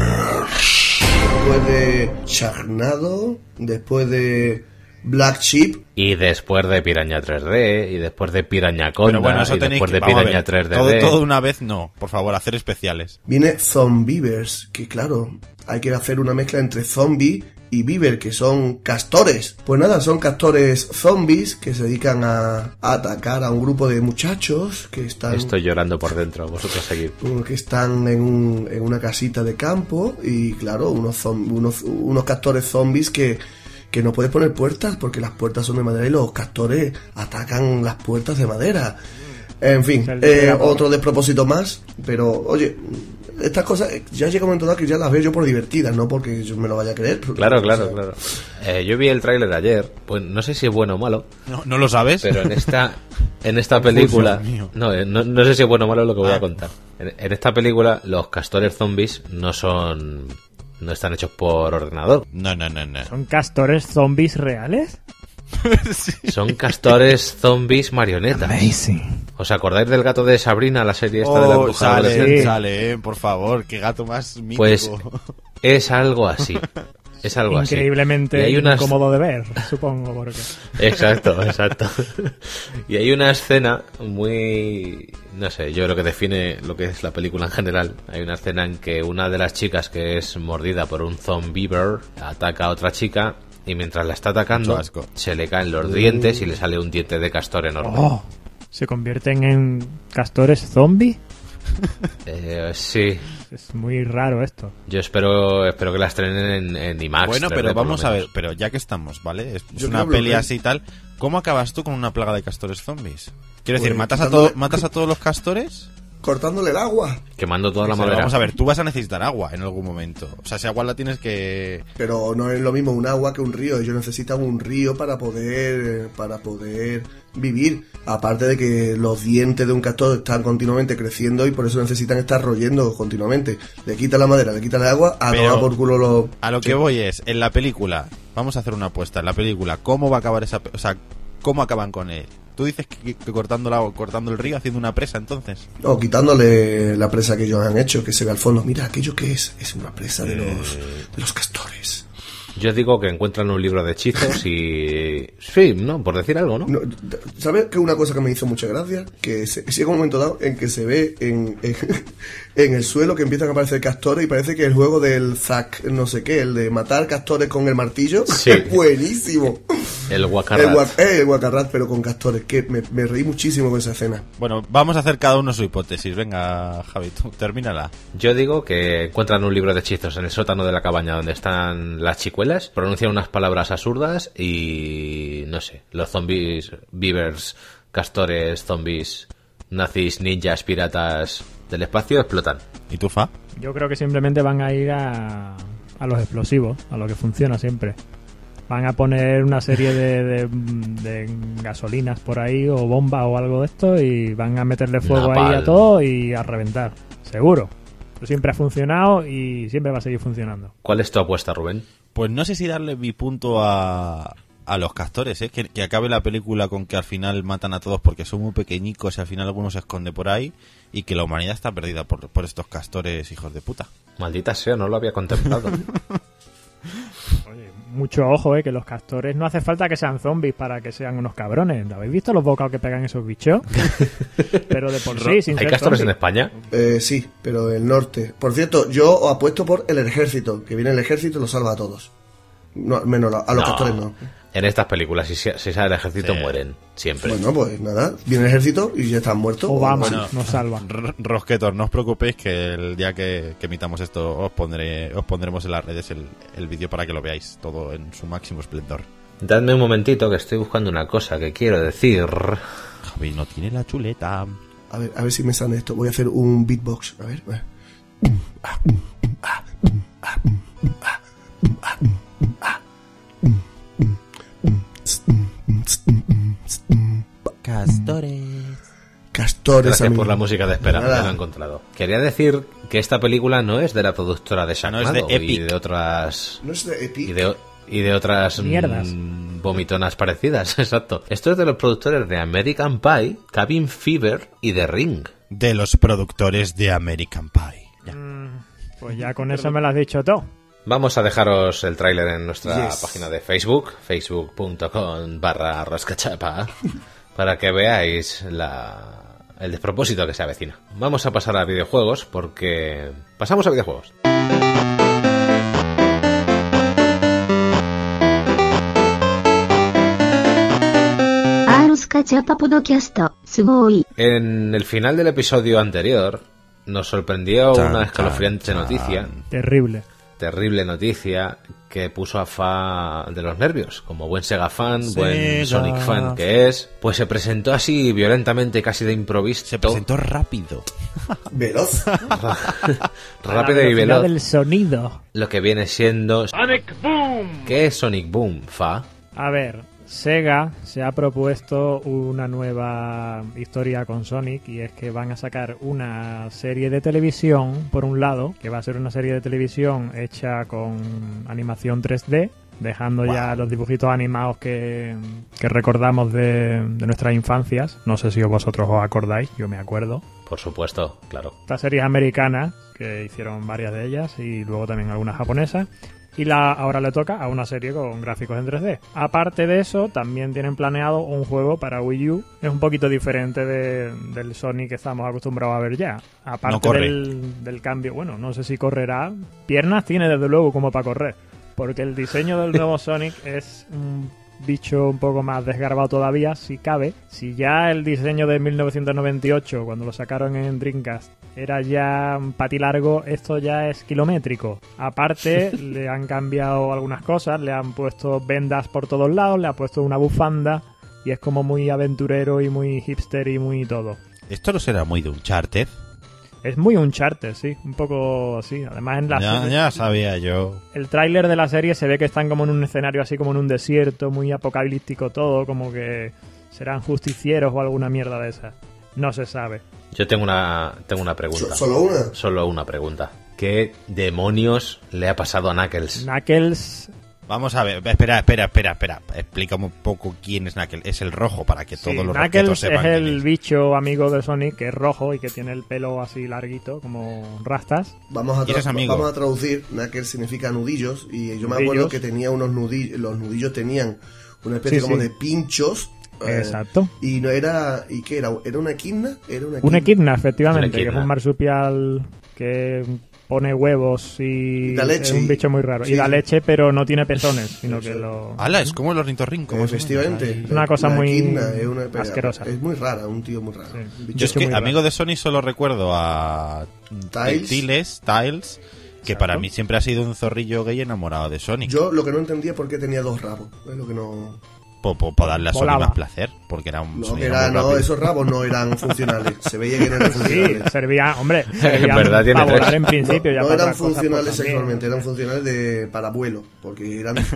S10: de Charnado, después de Black Sheep,
S7: y después de Piraña 3D, y después de Piraña Conda,
S8: Pero bueno, eso
S7: y
S8: tenéis
S7: después
S8: que-
S7: de
S8: vamos a
S7: Piraña
S8: ver,
S7: 3D.
S8: Todo, todo de una vez no, por favor, hacer especiales.
S10: viene Zombievers, que claro, hay que hacer una mezcla entre zombie y beaver, que son castores. Pues nada, son castores zombies que se dedican a, a atacar a un grupo de muchachos que están...
S7: Estoy llorando por dentro, vosotros seguid.
S10: Uno que están en, un- en una casita de campo y claro, unos, zom- unos, unos castores zombies que, que no puedes poner puertas porque las puertas son de madera y los castores atacan las puertas de madera. En fin,
S9: El de
S10: eh,
S9: la porra.
S10: otro despropósito más, pero oye, estas cosas eh, ya llega un momento dado que ya las veo yo por divertidas, no porque yo me lo vaya a creer.
S7: Claro,
S10: O
S7: claro,
S10: sea,
S7: claro. Eh, yo vi el tráiler ayer, pues no sé si es bueno o malo,
S8: ¿No, no lo sabes?
S7: pero en este- esta en esta película
S8: Dios mío.
S7: no, eh, no, no sé si es bueno o malo lo que voy
S8: Ah.
S7: a contar en, en esta película los castores zombies no son no están hechos por ordenador
S8: <laughs> No, no, no, no.
S9: ¿Son castores zombies reales?
S8: <laughs>
S7: son castores zombies marionetas os acordáis del gato de Sabrina la serie esta de la
S8: Oh,
S7: bruja
S8: sale,
S7: adolescente?
S8: sale, eh, por favor, qué gato más mítico. <laughs>
S7: pues es algo así es algo así Y
S9: Increíblemente
S7: hay unas-
S9: incómodo de ver, <laughs> supongo, porque...
S7: Exacto, exacto. Y hay una escena muy, no sé, yo creo que define lo que es la película en general. Hay una escena en que una de las chicas que es mordida por un zombie ataca a otra chica y mientras la está atacando,
S8: Mucho asco.
S7: se le caen los dientes y le sale un diente de castor enorme.
S9: Oh, se convierten en castores zombies.
S7: Eh, sí,
S9: Es muy raro esto.
S7: yo espero espero que la estrenen en, en IMAX.
S8: bueno,
S7: 3D,
S8: pero
S7: por lo
S8: vamos a ver,
S7: menos.
S8: pero ya que estamos, ¿vale? Es, es
S10: Yo
S8: una
S10: creo que
S8: peli
S10: lo que-
S8: así y tal. ¿Cómo acabas tú con una plaga de castores zombies? Quiero
S10: Pues
S8: decir, ¿matas a,
S10: quitándole-
S8: todo- ¿matas a todos los castores?
S10: Cortándole el agua.
S7: Quemando toda la
S8: O sea,
S7: madera.
S8: vamos a ver, tú vas a necesitar agua en algún momento. O sea, si agua la tienes que...
S10: Pero no es lo mismo un agua que un río. Ellos necesitan un río para poder, para poder vivir. Aparte de que los dientes de un castor están continuamente creciendo y por eso necesitan estar royendo continuamente. Le quita la madera, le quita el agua, a
S8: Pero-
S10: tomar por culo los...
S8: A lo que voy es, en la película, vamos a hacer una apuesta, en la película, ¿cómo va a acabar esa... pe- O sea, ¿cómo acaban con él? Tú dices que, que cortando, la- cortando el río, haciendo una presa, entonces.
S10: O quitándole la presa que ellos han hecho, que se ve al fondo. Mira, aquello que es, es una presa de los, de los castores.
S7: Yo digo que encuentran un libro de hechizos y... Sí, ¿no? Por decir algo, ¿no?
S10: No, ¿Sabes que una cosa que me hizo mucha gracia? Que se- llega un momento dado en que se ve en, en, <laughs> en el suelo que empiezan a aparecer castores y parece que el juego del Zack, no sé qué, el de matar castores con el martillo,
S7: Sí.
S10: <laughs> es buenísimo.
S7: El
S10: El,
S7: guacarra.
S10: guac- eh, el guacarrat, pero con castores, que me, me reí muchísimo con esa escena.
S8: Bueno, vamos a hacer cada uno su hipótesis. Venga, Javi, tú, termínala.
S7: Yo digo que encuentran un libro de hechizos en el sótano de la cabaña donde están las chicuelas, pronuncian unas palabras absurdas y no sé, los zombies, beavers, castores, zombies, nazis, ninjas, piratas del espacio explotan.
S8: ¿Y tú, Fa?
S9: Yo creo que simplemente van a ir a, a los explosivos, a lo que funciona siempre. Van a poner una serie de, de- de gasolinas por ahí o bombas o algo de esto y van a meterle fuego ahí
S7: Napalm.
S9: a todo y a reventar. Seguro. Eso siempre ha funcionado y siempre va a seguir funcionando.
S7: ¿Cuál es tu apuesta, Rubén?
S8: Pues no sé si darle mi punto a, a los castores, ¿eh? que, que acabe la película con que al final matan a todos porque son muy pequeñicos y al final algunos se esconde por ahí y que la humanidad está perdida por, por estos castores hijos de puta.
S7: Maldita sea, no lo había contemplado.
S9: Mucho ojo, eh, que los castores no hace falta que sean zombies para que sean unos cabrones. ¿Lo habéis visto los bocados que pegan
S7: <laughs>
S9: esos bichos? Pero de por sí, sin
S7: ¿Hay
S9: ser
S7: castores
S9: zombies.
S7: en España?
S10: Eh, sí, pero del norte. Por cierto, yo os apuesto por el ejército, que viene el ejército y lo salva a todos. No, menos a los
S7: No.
S10: castores no.
S7: En estas películas, si, se- si sale el ejército,
S8: Sí.
S7: mueren. Siempre.
S10: Bueno, pues nada, viene el ejército y ya están muertos.
S9: O vamos,
S8: Bueno.
S9: nos salvan.
S8: <laughs> R- Rosquetor, no os preocupéis que el día que, que emitamos esto os, pondré, os pondremos en las redes el, el vídeo para que lo veáis todo en su máximo esplendor.
S7: Dadme un momentito que estoy buscando una cosa que quiero decir.
S8: Javi no tiene la chuleta.
S10: A ver, a ver si me sale esto. Voy a hacer un beatbox. A ver. a ver. Castores.
S7: Gracias
S10: amigo.
S7: por la música de espera,
S10: Nada.
S7: ya lo he encontrado. Quería decir que esta película no es de la productora de
S8: no, es
S7: Sharknado
S8: de Epic.
S7: y de otras
S10: No es de Epic.
S7: y de, y de otras mm,
S9: Mierdas.
S7: vomitonas parecidas, <laughs> exacto. Esto es de los productores de American Pie, Cabin Fever y The Ring.
S8: De los productores de American Pie. Ya.
S9: Pues ya con eso me lo has dicho todo.
S7: Vamos a dejaros el tráiler en nuestra
S10: Yes.
S7: página de Facebook, facebook.com barra rascachapa, <laughs> para que veáis la, el despropósito que se avecina. Vamos a pasar a videojuegos porque... Pasamos a videojuegos.
S2: Aroskachapa Podcast, Sugoi.
S7: En el final del episodio anterior nos sorprendió
S8: Chan,
S7: una escalofriante
S8: chan, chan.
S7: noticia,
S9: Terrible.
S7: terrible noticia, que puso a Fa de los nervios. Como buen Sega fan, buen
S8: Sega.
S7: Sonic fan que es, pues se presentó así violentamente, casi de improviso.
S8: Se
S9: <laughs>
S8: presentó rápido.
S10: Veloz.
S7: <laughs> rápido
S9: La
S7: y veloz.
S9: velocidad del sonido.
S7: Lo que viene siendo... Sonic Boom! ¿Qué es Sonic Boom, Fa?
S9: A ver, Sega se ha propuesto una nueva historia con Sonic y es que van a sacar una serie de televisión, por un lado, que va a ser una serie de televisión hecha con animación 3D, dejando ya los dibujitos animados que, que recordamos de, de nuestras infancias. No sé si vosotros os acordáis, yo me acuerdo.
S7: Por supuesto, claro.
S9: estas series americanas, que hicieron varias de ellas y luego también algunas japonesas. Y la, ahora le toca a una serie con gráficos en 3D. Aparte de eso, también tienen planeado un juego para Wii U. Es un poquito diferente de- del Sony que estamos acostumbrados a ver ya. Aparte
S8: corre.
S9: del, del cambio, bueno, no sé si correrá. Piernas tiene desde luego como para correr. Porque el diseño
S8: <laughs>
S9: del nuevo Sonic es un bicho un poco más desgarbado todavía, si cabe. Si ya el diseño de 1998, cuando lo sacaron en Dreamcast, era ya un patilargo, esto ya es kilométrico.
S8: <laughs>
S9: Aparte, le han cambiado algunas cosas, le han puesto vendas por todos lados, le han puesto una bufanda, y es como muy aventurero y muy hipster y muy todo.
S8: Esto no será muy de un charter.
S9: Es muy un charter, sí, un poco así. Además, en la
S8: Ya,
S9: serie-
S8: ya sabía yo.
S9: el tráiler de la serie se ve que están como en un escenario así como en un desierto, muy apocalíptico todo, como que serán justicieros o alguna mierda de esas. No se sabe.
S7: Yo tengo una, tengo una pregunta.
S10: So- ¿Solo una?
S7: Solo una pregunta. ¿Qué demonios le ha pasado a Knuckles?
S9: Knuckles,
S8: Vamos a ver, espera, espera, espera, espera. Explícame un poco quién es Knuckles. Es el rojo para que
S9: sí,
S8: todos los roquetos
S9: Knuckles es
S8: sepan quién
S9: el
S8: es.
S9: bicho amigo de Sonic que es rojo y que tiene el pelo así larguito, como rastas.
S10: Vamos a, tra-
S8: ¿Quieres amigo?
S10: vamos a traducir, Knuckles significa nudillos, y yo me acuerdo
S9: Nudillos.
S10: que tenía unos nudillos, los nudillos tenían una especie
S9: Sí,
S10: como
S9: sí.
S10: de pinchos. eh,
S9: Exacto.
S10: y no era, ¿y qué era? ¿Era una equidna? Era una
S9: Un equidna, efectivamente,
S7: Un equidna.
S9: que es un marsupial que pone huevos y,
S10: Y da leche.
S9: es un bicho muy raro.
S10: Sí,
S9: y da
S10: sí.
S9: leche, pero no tiene pezones, sino que lo...
S8: Ala, es como los ornitorrinco.
S10: Eh,
S8: más o menos.
S10: Efectivamente.
S9: Es una cosa
S10: La
S9: muy
S10: equidna es eh, una- pero
S9: asquerosa.
S10: Es muy rara, un tío muy raro.
S9: Sí.
S10: Bicho
S8: Yo es
S9: Bicho
S8: que,
S9: muy raro.
S8: amigo de Sony, solo recuerdo a
S10: Tiles.
S8: Tiles, Tiles, que
S9: Exacto.
S8: para mí siempre ha sido un zorrillo gay enamorado de Sonic.
S10: Yo lo que no entendía por qué tenía dos rabos. Es lo que no.
S8: Po- po- po darle a Sony
S9: Volaba.
S8: más placer, porque era un
S10: Lo
S8: Sonic
S10: que era,
S8: muy
S10: no,
S8: rápido.
S10: esos rabos no eran funcionales. Se veía que no eran
S9: Sí, <laughs>
S10: funcionales.
S9: servía,
S7: <laughs>
S9: hombre, servían
S7: verdad, tiene
S9: para volar
S7: tres.
S9: en principio. ya
S10: No, no
S9: para
S10: eran
S9: otras cosas,
S10: funcionales
S9: pues, también.
S10: sexualmente, eran funcionales de, para vuelo. Porque
S9: <laughs>
S10: eran. pues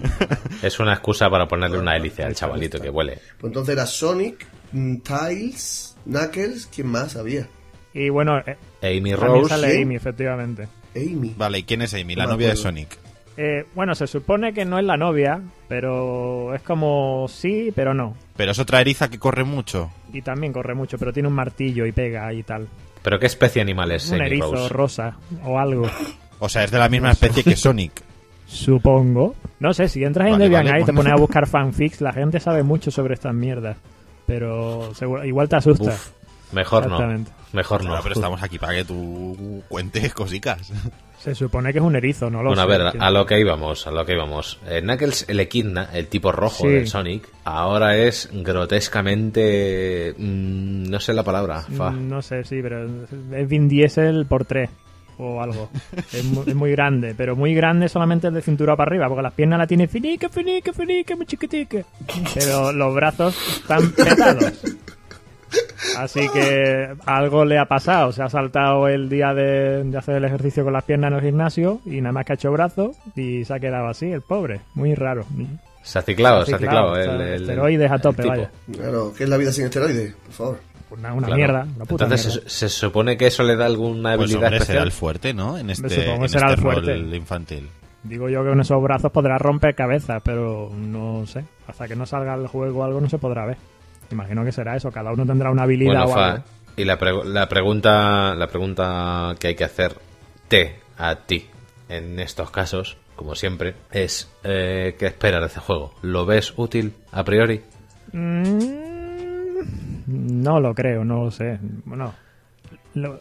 S7: Es una excusa para ponerle una hélice al chavalito que huele.
S10: Pues entonces era Sonic, mm, Tiles, Knuckles, ¿quién más había?
S9: Y bueno, eh,
S7: Amy
S9: también
S7: Rose.
S9: sale
S10: sí.
S9: Amy, efectivamente.
S10: Amy.
S8: Vale, ¿y quién es Amy? La
S10: No me
S8: novia de
S10: acuerdo.
S8: Sonic.
S9: Eh, bueno, se supone que no es la novia, pero es como sí, pero no.
S8: Pero es otra eriza que corre mucho.
S9: Y también corre mucho, pero tiene un martillo y pega y tal.
S7: ¿Pero qué especie animal es
S9: un
S7: Amy
S9: erizo
S7: Rose?
S9: rosa o algo,
S8: O sea, es de la misma especie que Sonic.
S9: <laughs> supongo. No sé, si entras en
S8: Vale,
S9: DeviantArt
S8: vale,
S9: y te
S8: bueno.
S7: <laughs>
S9: pones a buscar fanfics, la gente sabe mucho sobre estas mierdas. Pero seguro- igual te asusta.
S7: Uf, mejor no.
S9: Exactamente.
S7: Mejor
S8: Claro,
S7: no.
S8: Ah, pero estamos aquí para que tú cuentes cositas.
S9: Se supone que es un erizo, no lo
S7: Bueno, a
S9: sé.
S7: ver, a lo que íbamos, a lo que íbamos. Eh, Knuckles, el Equidna, el tipo rojo
S9: Sí.
S7: de Sonic, ahora es grotescamente... mm, no sé la palabra. fa.
S9: Mm, No sé, sí, pero es Vin Diesel por tres
S7: <laughs>
S9: o algo. Es mu- es muy, grande, pero muy grande solamente de cintura para arriba, porque las piernas la tiene finica, finica, finica, muy chiquitica. Pero los
S7: <laughs>
S9: brazos están petados. Así que algo le ha pasado. Se ha saltado el día de, de hacer el ejercicio con las piernas en el gimnasio y nada más que ha hecho brazos y se ha quedado así, el pobre. Muy raro.
S7: Se ha ciclado, se ha ciclado.
S9: Ciclado, o
S7: El,
S9: sea,
S7: el-
S9: esteroides a
S7: el
S9: tope,
S7: tipo.
S9: vaya.
S10: Claro, ¿qué es la vida sin esteroides? Por favor.
S9: Una, una
S7: Claro.
S9: mierda, una puta
S7: Entonces,
S9: mierda.
S7: Se, se supone que eso le da alguna
S8: Pues
S7: habilidad
S8: hombre, será
S7: especial?
S8: el fuerte, ¿no? En este,
S9: supongo que
S8: en
S9: será
S8: este
S9: el
S8: rol
S9: fuerte.
S8: infantil.
S9: Digo yo que con esos brazos podrá romper cabezas, pero no sé. Hasta que no salga el juego o algo no se podrá ver. Imagino que será eso. Cada uno tendrá una
S7: Bueno,
S9: habilidad o
S7: fa,
S10: ¿eh?
S9: algo.
S7: y la, pregu- la pregunta la pregunta que hay que hacer te a ti en estos casos, como siempre, es eh, ¿qué esperas de este juego? ¿Lo ves útil a priori?
S9: Mm, No lo creo, no lo sé. Bueno,
S7: <laughs>
S9: lo-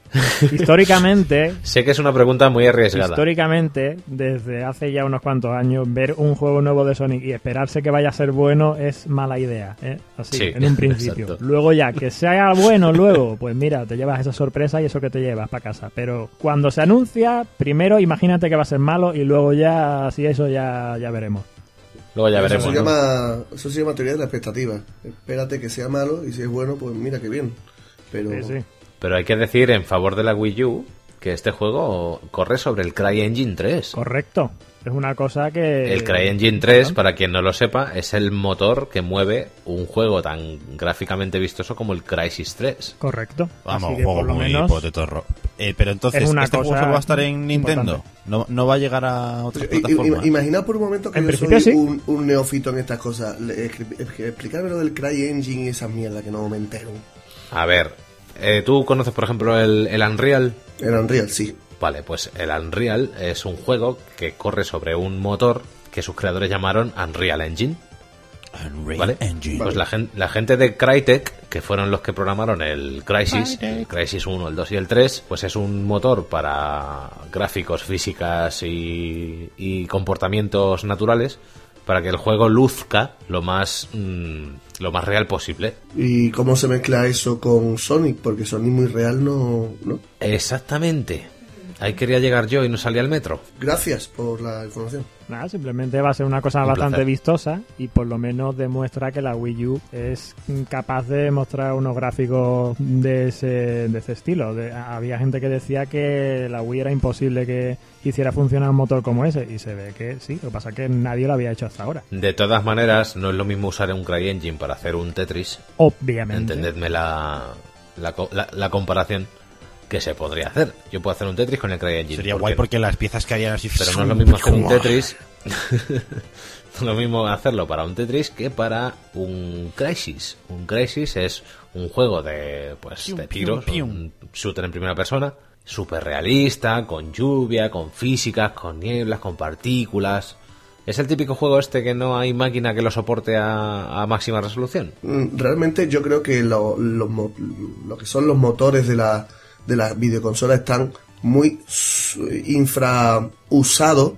S9: históricamente,
S7: Sé que es una pregunta muy arriesgada.
S9: históricamente, desde hace ya unos cuantos años, ver un juego nuevo de Sonic y esperarse que vaya a ser bueno es mala idea. ¿eh? Así,
S7: Sí, <laughs>
S9: en un principio.
S7: exacto.
S9: Luego ya, que sea bueno luego, pues mira, te llevas esa sorpresa y eso que te llevas para casa. Pero cuando se anuncia, primero imagínate que va a ser malo y luego ya, si eso ya, ya veremos.
S7: Luego ya
S10: eso,
S7: veremos.
S10: se
S7: ¿no?
S10: llama, eso se llama teoría de la expectativa. Espérate que sea malo y si es bueno, pues mira qué bien. Pero
S9: Sí, sí.
S7: Pero hay que decir en favor de la Wii U que este juego corre sobre el CryEngine 3.
S9: Correcto. Es una cosa que...
S7: El CryEngine 3, para quien no lo sepa, es el motor que mueve un juego tan gráficamente vistoso como el Crisis 3.
S9: Correcto.
S8: Vamos,
S9: Así que
S8: juego
S9: por lo
S8: muy
S9: menos...
S8: potetorro. Eh, pero entonces,
S9: es una
S8: ¿este juego
S9: cosa
S8: solo va a estar en
S9: importante.
S8: Nintendo? ¿No, no va a llegar a otras
S10: I- i-
S8: plataformas?
S10: imaginad por un momento que
S9: En
S10: yo soy
S9: principio, sí.
S10: un, un neófito en estas cosas. Le- escri- es que Explicarme lo del CryEngine y esa mierda que no me entero.
S7: A ver, eh, ¿tú conoces, por ejemplo, el, el Unreal?
S10: Era Unreal, sí.
S7: Vale, pues el Unreal es un juego que corre sobre un motor que sus creadores llamaron Unreal Engine.
S8: Unreal
S7: ¿Vale?
S8: Engine.
S7: Pues la, gen- la gente de Crytek, que fueron los que programaron el Crysis, el Crysis 1, el 2 y el 3, pues es un motor para gráficos, físicas y, y comportamientos naturales para que el juego luzca lo más, mm, lo más real posible.
S10: ¿Y cómo se mezcla eso con Sonic? Porque Sonic muy real no... ¿no?
S7: Exactamente. Ahí quería llegar yo y no salía al metro.
S10: Gracias por la información.
S9: Nada, simplemente va a ser una cosa
S7: Un
S9: bastante
S7: placer.
S9: vistosa y por lo menos demuestra que la Wii U es capaz de mostrar unos gráficos de ese, de ese estilo. De- había gente que decía que la Wii era imposible que hiciera funcionar un motor como ese y se ve que sí, lo que pasa es que nadie lo había hecho hasta ahora.
S7: De todas maneras, no es lo mismo usar un CryEngine para hacer un Tetris
S9: Obviamente.
S7: Entendedme la, la, co- la- la comparación que se podría hacer. Yo puedo hacer un Tetris con el CryEngine.
S8: Sería
S7: ¿por
S8: guay
S7: qué no?
S8: porque las piezas caerían así.
S7: Pero no es lo mismo hacer un Tetris. <laughs> no es lo mismo hacerlo para un Tetris que para un Crisis. Un Crisis es un juego de, pues,
S8: Pium,
S7: de
S8: pium,
S7: tiros,
S8: pium.
S7: un shooter en primera persona, súper realista, con lluvia, con físicas, con nieblas, con partículas. Es el típico juego este que no hay máquina que lo soporte a- a máxima resolución.
S10: Mm, Realmente yo creo que lo, los mo- lo que son los motores de la, de las videoconsolas están muy su- infrausados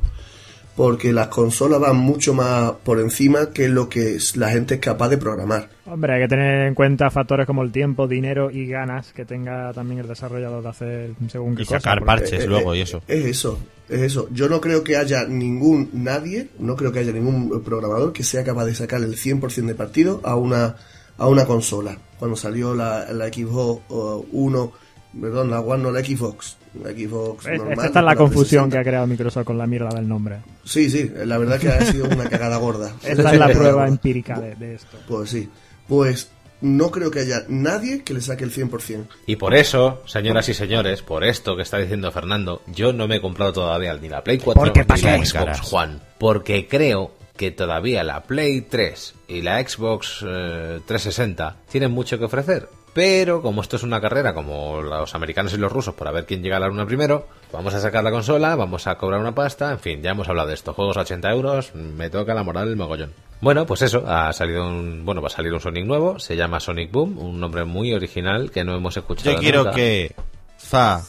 S10: porque las consolas van mucho más por encima que lo que es- la gente es capaz de programar.
S9: Hombre, hay que tener en cuenta factores como el tiempo, dinero y ganas que tenga también el desarrollador de hacer según qué
S8: Y
S9: cosa,
S8: sacar
S9: porque- eh,
S8: parches luego y eso.
S10: Eh, Es eso, es eso. Yo no creo que haya ningún, nadie, no creo que haya ningún programador que sea capaz de sacar el 100% de partido a una, a una consola. Cuando salió la, la Xbox o, 1, perdón, la One no, la Xbox. La Xbox
S9: Es-
S10: normal.
S9: Esta es la confusión que ha
S10: 360.
S9: creado Microsoft con la mierda del nombre.
S10: Sí, sí, la verdad que ha sido una cagada gorda.
S9: <laughs> Esta es la prueba empírica de, de esto.
S10: Pues sí, pues no creo que haya nadie que le saque el 100%.
S7: Y por eso, señoras y señores, por esto que está diciendo Fernando, yo no me he comprado todavía ni la Play 4
S8: Porque
S7: ni la
S8: pasáis
S7: Xbox
S8: caras.
S7: One. Porque creo que todavía la Play 3 y la Xbox eh, 360 tienen mucho que ofrecer. Pero como esto es una carrera como los americanos y los rusos para ver quién llega a la luna primero, vamos a sacar la consola, vamos a cobrar una pasta, en fin, ya hemos hablado de estos juegos a 80 euros, me toca la moral el mogollón. Bueno, pues eso, ha salido un, bueno, va a salir un Sonic nuevo, se llama Sonic Boom, un nombre muy original que no hemos escuchado
S8: Yo quiero
S7: nunca.
S8: que Fa,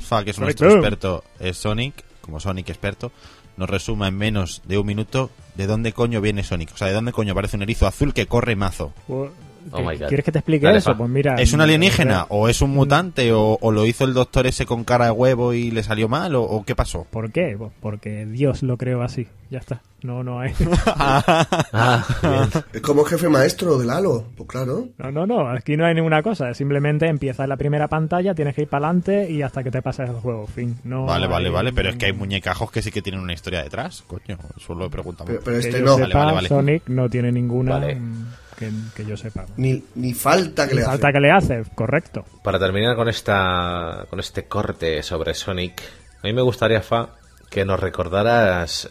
S8: Fa, que es nuestro
S9: Sonic.
S8: experto es Sonic, como Sonic experto, nos resuma en menos de un minuto de dónde coño viene Sonic. O sea, de dónde coño parece un erizo azul que corre mazo.
S9: Pues,
S7: Oh my
S9: ¿qué-
S7: God.
S9: ¿Quieres que te explique
S7: Dale,
S9: eso?
S7: Fa.
S9: Pues mira. eh,
S8: ¿Es un alienígena?
S9: mira,
S8: ¿O es un mutante? ¿O, o lo hizo el doctor ese con cara de huevo y le salió mal? ¿O, o qué
S9: <laughs>
S8: pasó?
S9: ¿Por qué? Pues porque Dios lo creó así. Ya está. No, no hay. <laughs>
S8: <laughs>
S7: Ah, bien.
S10: Es como jefe maestro del halo, pues claro.
S9: No, no, no. Aquí no hay ninguna cosa. Simplemente empiezas en la primera pantalla, tienes que ir para adelante y hasta que te pases el juego. Fin. No
S8: Vale,
S9: hay-
S8: vale, vale, pero es que hay muñecajos que sí que tienen una historia detrás, coño, eso lo preguntamos.
S10: Pero, pero
S9: que
S10: este
S9: yo
S10: no,
S9: sepa,
S8: Vale, vale, vale.
S9: Sonic no tiene ninguna
S7: Vale.
S9: mm, que, que yo sepa.
S10: ni, ni falta que le hace.
S9: Falta que le hace, correcto.
S7: Para terminar con esta con este corte sobre Sonic, a mí me gustaría Fa que nos recordaras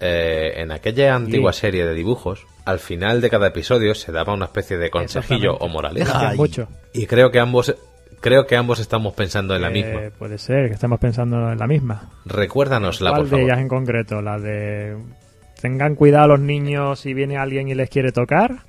S7: eh, en aquella antigua
S9: Sí.
S7: serie de dibujos, al final de cada episodio se daba una especie de consejillo
S9: Exactamente.
S7: o moraleja.
S9: Gracias mucho.
S7: Y creo que ambos creo que ambos estamos pensando en la
S9: Eh,
S7: misma.
S9: Puede ser que estemos pensando en la misma.
S7: Recuérdanosla,
S9: ¿Cuál
S7: por
S9: de ellas
S7: favor.
S9: en concreto? La de tengan cuidado los niños si viene alguien y les quiere tocar.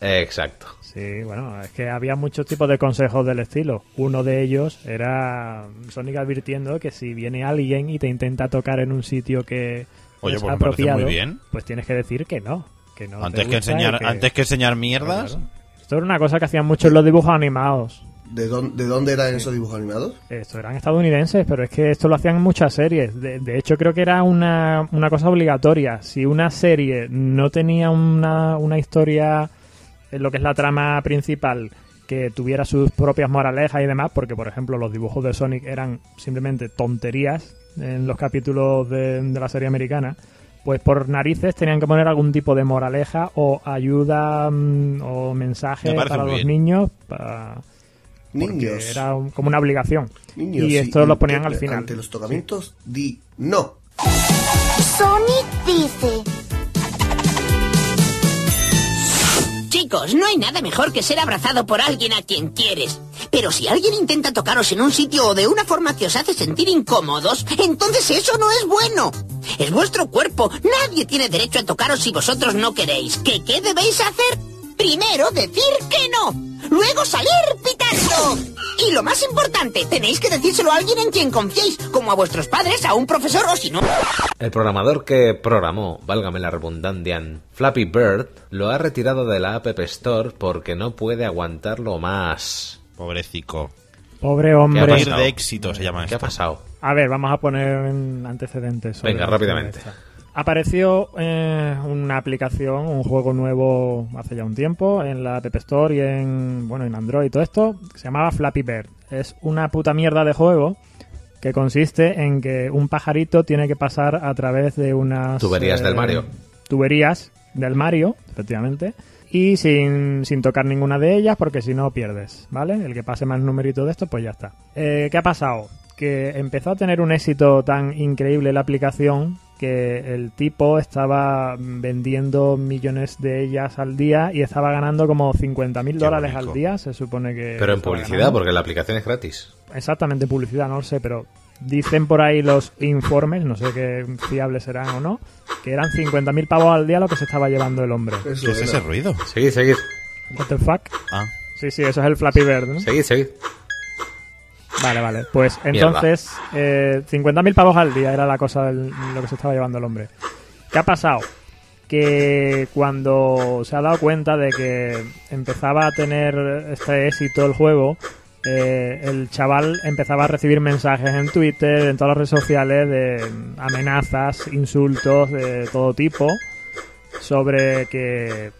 S7: Eh, Exacto.
S9: Sí, bueno, es que había muchos tipos de consejos del estilo. Uno de ellos era Sonic advirtiendo que si viene alguien y te intenta tocar en un sitio que no
S8: Oye,
S9: es
S8: pues me parece
S9: apropiado,
S8: muy bien.
S9: pues tienes que decir que no, que no. te
S8: antes, que
S9: gusta y
S8: enseñar,
S9: que-
S8: antes que enseñar mierdas,
S9: Claro, claro. Esto era una cosa que hacían muchos los dibujos animados.
S10: ¿De, dónde, ¿De dónde eran esos dibujos animados?
S9: Esto eran estadounidenses, pero es que esto lo hacían en muchas series. De, de hecho, creo que era una, una cosa obligatoria. Si una serie no tenía una, una historia, en lo que es la trama principal, que tuviera sus propias moralejas y demás, porque, por ejemplo, los dibujos de Sonic eran simplemente tonterías en los capítulos de, de la serie americana, pues por narices tenían que poner algún tipo de moraleja o ayuda mm, o mensaje
S8: Me parece
S9: para
S8: muy
S9: los
S8: bien.
S9: niños. Para porque
S10: Niños.
S9: era un- como una obligación.
S10: Niños,
S9: y
S10: sí,
S9: esto lo ponían al
S10: ante-
S9: final.
S10: Ante los tocamientos, di no.
S6: Sonic dice,
S1: Chicos, no hay nada mejor que ser abrazado por alguien a quien quieres. Pero si alguien intenta tocaros en un sitio o de una forma que os hace sentir incómodos, entonces eso no es bueno. Es vuestro cuerpo. Nadie tiene derecho a tocaros si vosotros no queréis. ¿Qué, qué debéis hacer? Primero decir que no. Luego salir pitando. Y lo más importante, tenéis que decírselo a alguien en quien confiéis, como a vuestros padres, a un profesor o si no...
S7: El programador que programó, válgame la redundancia, Flappy Bird, lo ha retirado de la App Store porque no puede aguantarlo más.
S8: Pobrecico.
S9: Pobre
S7: ¿Qué ha
S9: hombre.
S8: Morir
S7: pasado?
S8: de éxito se llama
S7: ¿Qué ha
S8: esto.
S7: pasado?
S9: A ver, vamos a poner en antecedentes. sobre
S7: Venga,
S9: la
S7: rápidamente.
S9: historia esta. Apareció eh, una aplicación, un juego nuevo hace ya un tiempo en la App Store y en bueno en Android y todo esto. que se llamaba Flappy Bird. Es una puta mierda de juego que consiste en que un pajarito tiene que pasar a través de unas eh,
S7: Tuberías del Mario.
S9: Tuberías del Mario, efectivamente. Y sin, sin tocar ninguna de ellas, porque si no pierdes, ¿vale? El que pase más numerito de esto, pues ya está. Eh, ¿Qué ha pasado? Que empezó a tener un éxito tan increíble la aplicación que el tipo estaba vendiendo millones de ellas al día y estaba ganando como 50 mil
S8: Qué
S9: dólares
S8: bonito.
S9: al día, se supone que...
S7: Pero en
S9: estaba
S7: publicidad,
S9: ganando
S7: porque la aplicación es gratis.
S9: exactamente en publicidad, no lo sé, pero dicen por ahí los informes, no sé qué fiables serán o no, que eran 50.000 pavos al día lo que se estaba llevando el hombre.
S10: Eso
S8: ¿Qué es
S10: era.
S8: ese ruido?
S7: Seguid, seguid,
S9: What the fuck?
S8: Ah,
S9: Sí, sí, eso es el Flappy Bird, ¿no?
S7: seguid, seguid.
S9: Vale, vale. Pues entonces, eh, 50.000 pavos al día era la cosa, del- lo que se estaba llevando el hombre. ¿Qué ha pasado? Que cuando se ha dado cuenta de que empezaba a tener este éxito el juego, eh, el chaval empezaba a recibir mensajes en Twitter, en todas las redes sociales, de amenazas, insultos de todo tipo, sobre que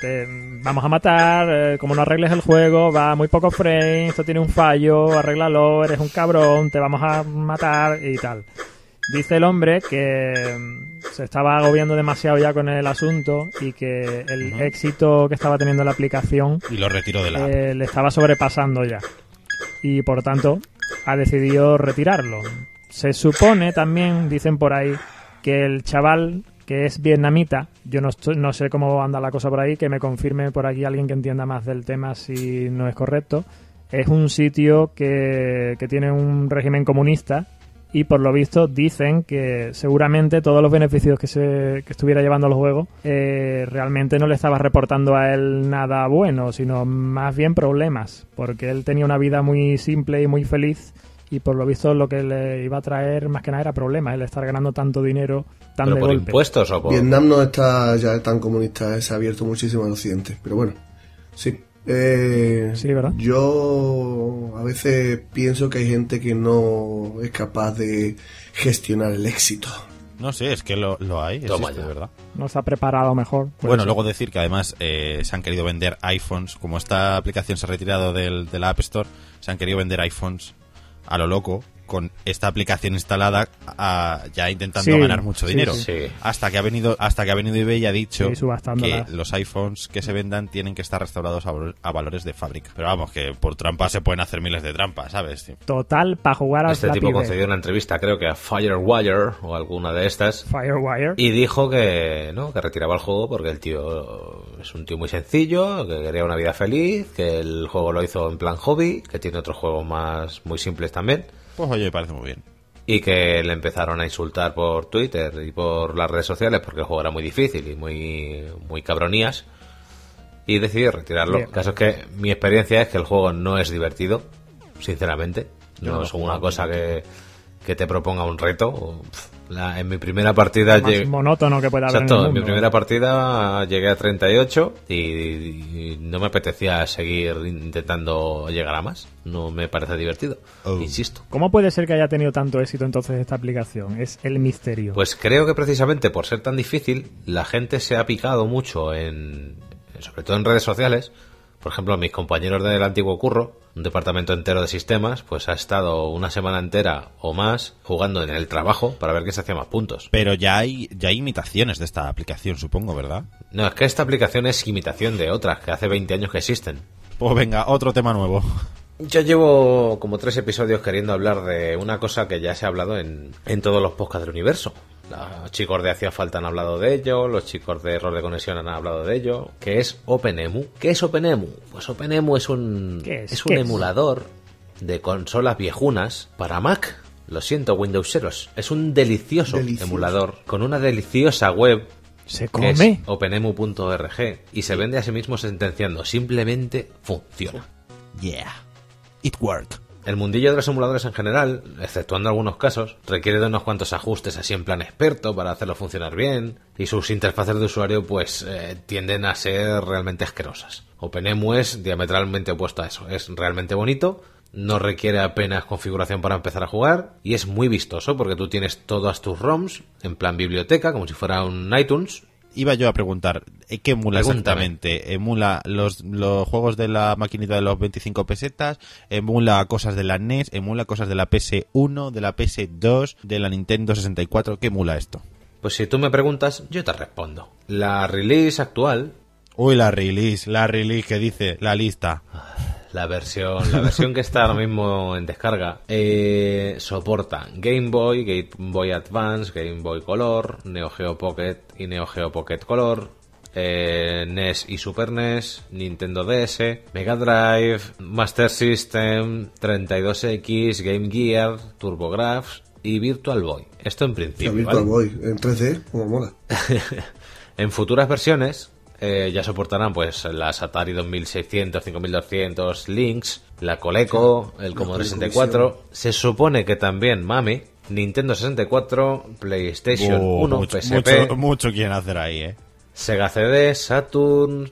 S9: te vamos a matar, eh, como no arregles el juego, va a muy poco frame, esto tiene un fallo, arréglalo, eres un cabrón, te vamos a matar y tal. Dice el hombre que mm, se estaba agobiando demasiado ya con el asunto y que el
S8: Ujú.
S9: éxito que estaba teniendo la aplicación
S8: y lo retiro de la app.
S9: eh, le estaba sobrepasando ya. Y por tanto, ha decidido retirarlo. Se supone también, dicen por ahí, que el chaval que es vietnamita, yo no, estoy- no sé cómo anda la cosa por ahí, que me confirme por aquí alguien que entienda más del tema si no es correcto, es un sitio que, que tiene un régimen comunista y por lo visto dicen que seguramente todos los beneficios que, se, que estuviera llevando al juego eh, realmente no le estaba reportando a él nada bueno, sino más bien problemas, porque él tenía una vida muy simple y muy feliz y por lo visto lo que le iba a traer más que nada era problemas, el estar ganando tanto dinero tan
S7: ¿Pero
S9: de
S7: por
S9: golpe.
S7: impuestos o por...?
S10: Vietnam no está ya tan comunista, eh, se ha abierto muchísimo al occidente, pero bueno, sí. Eh,
S9: Sí, ¿verdad?
S10: Yo a veces pienso que hay gente que no es capaz de gestionar el éxito.
S8: No sé, es que lo, lo hay,
S7: Toma
S8: existe,
S7: ya.
S8: de verdad.
S9: No está preparado mejor. por
S8: bueno,
S9: eso.
S8: luego decir que además eh, se han querido vender iPhones, como esta aplicación se ha retirado del, de la App Store, se han querido vender iPhones a lo loco con esta aplicación instalada a- ya intentando
S9: Sí,
S8: ganar mucho
S9: sí,
S8: dinero.
S7: sí. Sí.
S8: Hasta que ha venido hasta que ha venido eBay y ha dicho
S9: Sí,
S8: que
S9: subastándolas.
S8: los iPhones que se vendan tienen que estar restaurados a, valor- a valores de fábrica. Pero vamos, que por trampas se pueden hacer miles de trampas, ¿sabes?
S9: Total, para jugar al
S7: Este tipo
S9: Flappy Bird.
S7: concedió una entrevista, creo que a Firewire o alguna de estas,
S9: Firewire.
S7: y dijo que no, que retiraba el juego porque el tío es un tío muy sencillo, que quería una vida feliz, que el juego lo hizo en plan hobby, que tiene otros juegos más muy simples también,
S8: Pues oye, me parece muy bien.
S7: y que le empezaron a insultar por Twitter y por las redes sociales porque el juego era muy difícil y muy, muy cabronías. Y decidió retirarlo.
S9: Bien.
S7: El caso es que mi experiencia es que el juego no es divertido, sinceramente. No, es una cosa que, que te proponga un reto. o, pf, la- en mi primera partida
S9: Más
S7: llegué-
S9: monótono que pueda haber en el
S7: Exacto, en, mi
S9: mundo.
S7: primera partida llegué a 38 y, y no me apetecía seguir intentando llegar a más. No me parece divertido,
S8: Oh.
S7: insisto.
S9: ¿Cómo puede ser que haya tenido tanto éxito entonces esta aplicación? Es el misterio.
S7: Pues creo que precisamente por ser tan difícil, la gente se ha picado mucho en, sobre todo en redes sociales. Por ejemplo, mis compañeros del antiguo curro, un departamento entero de sistemas, pues ha estado una semana entera o más jugando en el trabajo para ver qué se hacía más puntos.
S8: Pero ya hay, ya hay imitaciones de esta aplicación, supongo, ¿verdad?
S7: No, es que esta aplicación es imitación de otras que hace 20 años que existen.
S8: Pues venga, otro tema nuevo.
S7: Yo llevo como tres episodios queriendo hablar de una cosa que ya se ha hablado en, en todos los podcasts del universo. Los chicos de Hacía Falta han hablado de ello, los chicos de Error de Conexión han hablado de ello, que es OpenEMU. ¿Qué es OpenEMU? Pues OpenEMU es un,
S9: ¿Qué es?
S7: un
S9: ¿Qué es?
S7: emulador de consolas viejunas para Mac. Lo siento, Windowseros. Es un delicioso,
S10: Delicioso.
S7: emulador con una deliciosa web
S9: ¿Se
S7: que es
S9: come?
S7: openemu.org y se vende a sí mismo sentenciando. Simplemente funciona.
S8: Yeah. It worked.
S7: El mundillo de los emuladores en general, exceptuando algunos casos, requiere de unos cuantos ajustes así en plan experto para hacerlo funcionar bien, y sus interfaces de usuario pues eh, tienden a ser realmente asquerosas. OpenEMU es diametralmente opuesto a eso, es realmente bonito, no requiere apenas configuración para empezar a jugar, y es muy vistoso porque tú tienes todas tus ROMs en plan biblioteca, como si fuera un iTunes,
S8: Iba yo a preguntar, ¿eh, ¿qué emula
S7: Pregúntame.
S8: exactamente? ¿Emula los, los juegos de la maquinita de los 25 pesetas? ¿Emula cosas de la NES? ¿Emula cosas de la PS1, de la PS2, de la Nintendo 64? ¿Qué emula esto?
S7: pues si tú me preguntas, yo te respondo. La release actual,
S8: Uy, la release, la release que dice la lista.
S7: La versión, la versión que está ahora mismo en descarga eh, soporta Game Boy, Game Boy Advance, Game Boy Color, Neo Geo Pocket y Neo Geo Pocket Color, eh, NES y Super NES, Nintendo DS, Mega Drive, Master System, 32X, Game Gear, TurboGrafx y Virtual Boy. Esto en principio.
S10: La Virtual
S7: ¿vale?
S10: Boy en 3D, como mola.
S7: En futuras versiones eh, ya soportarán pues las Atari 2600, 5200, Lynx, la Coleco, el Commodore 64. Se supone que también Mame, Nintendo 64, PlayStation
S8: Oh,
S7: 1,
S8: mucho,
S7: PSP,
S8: mucho, mucho quieren hacer ahí, ¿eh?
S7: Sega CD, Saturn,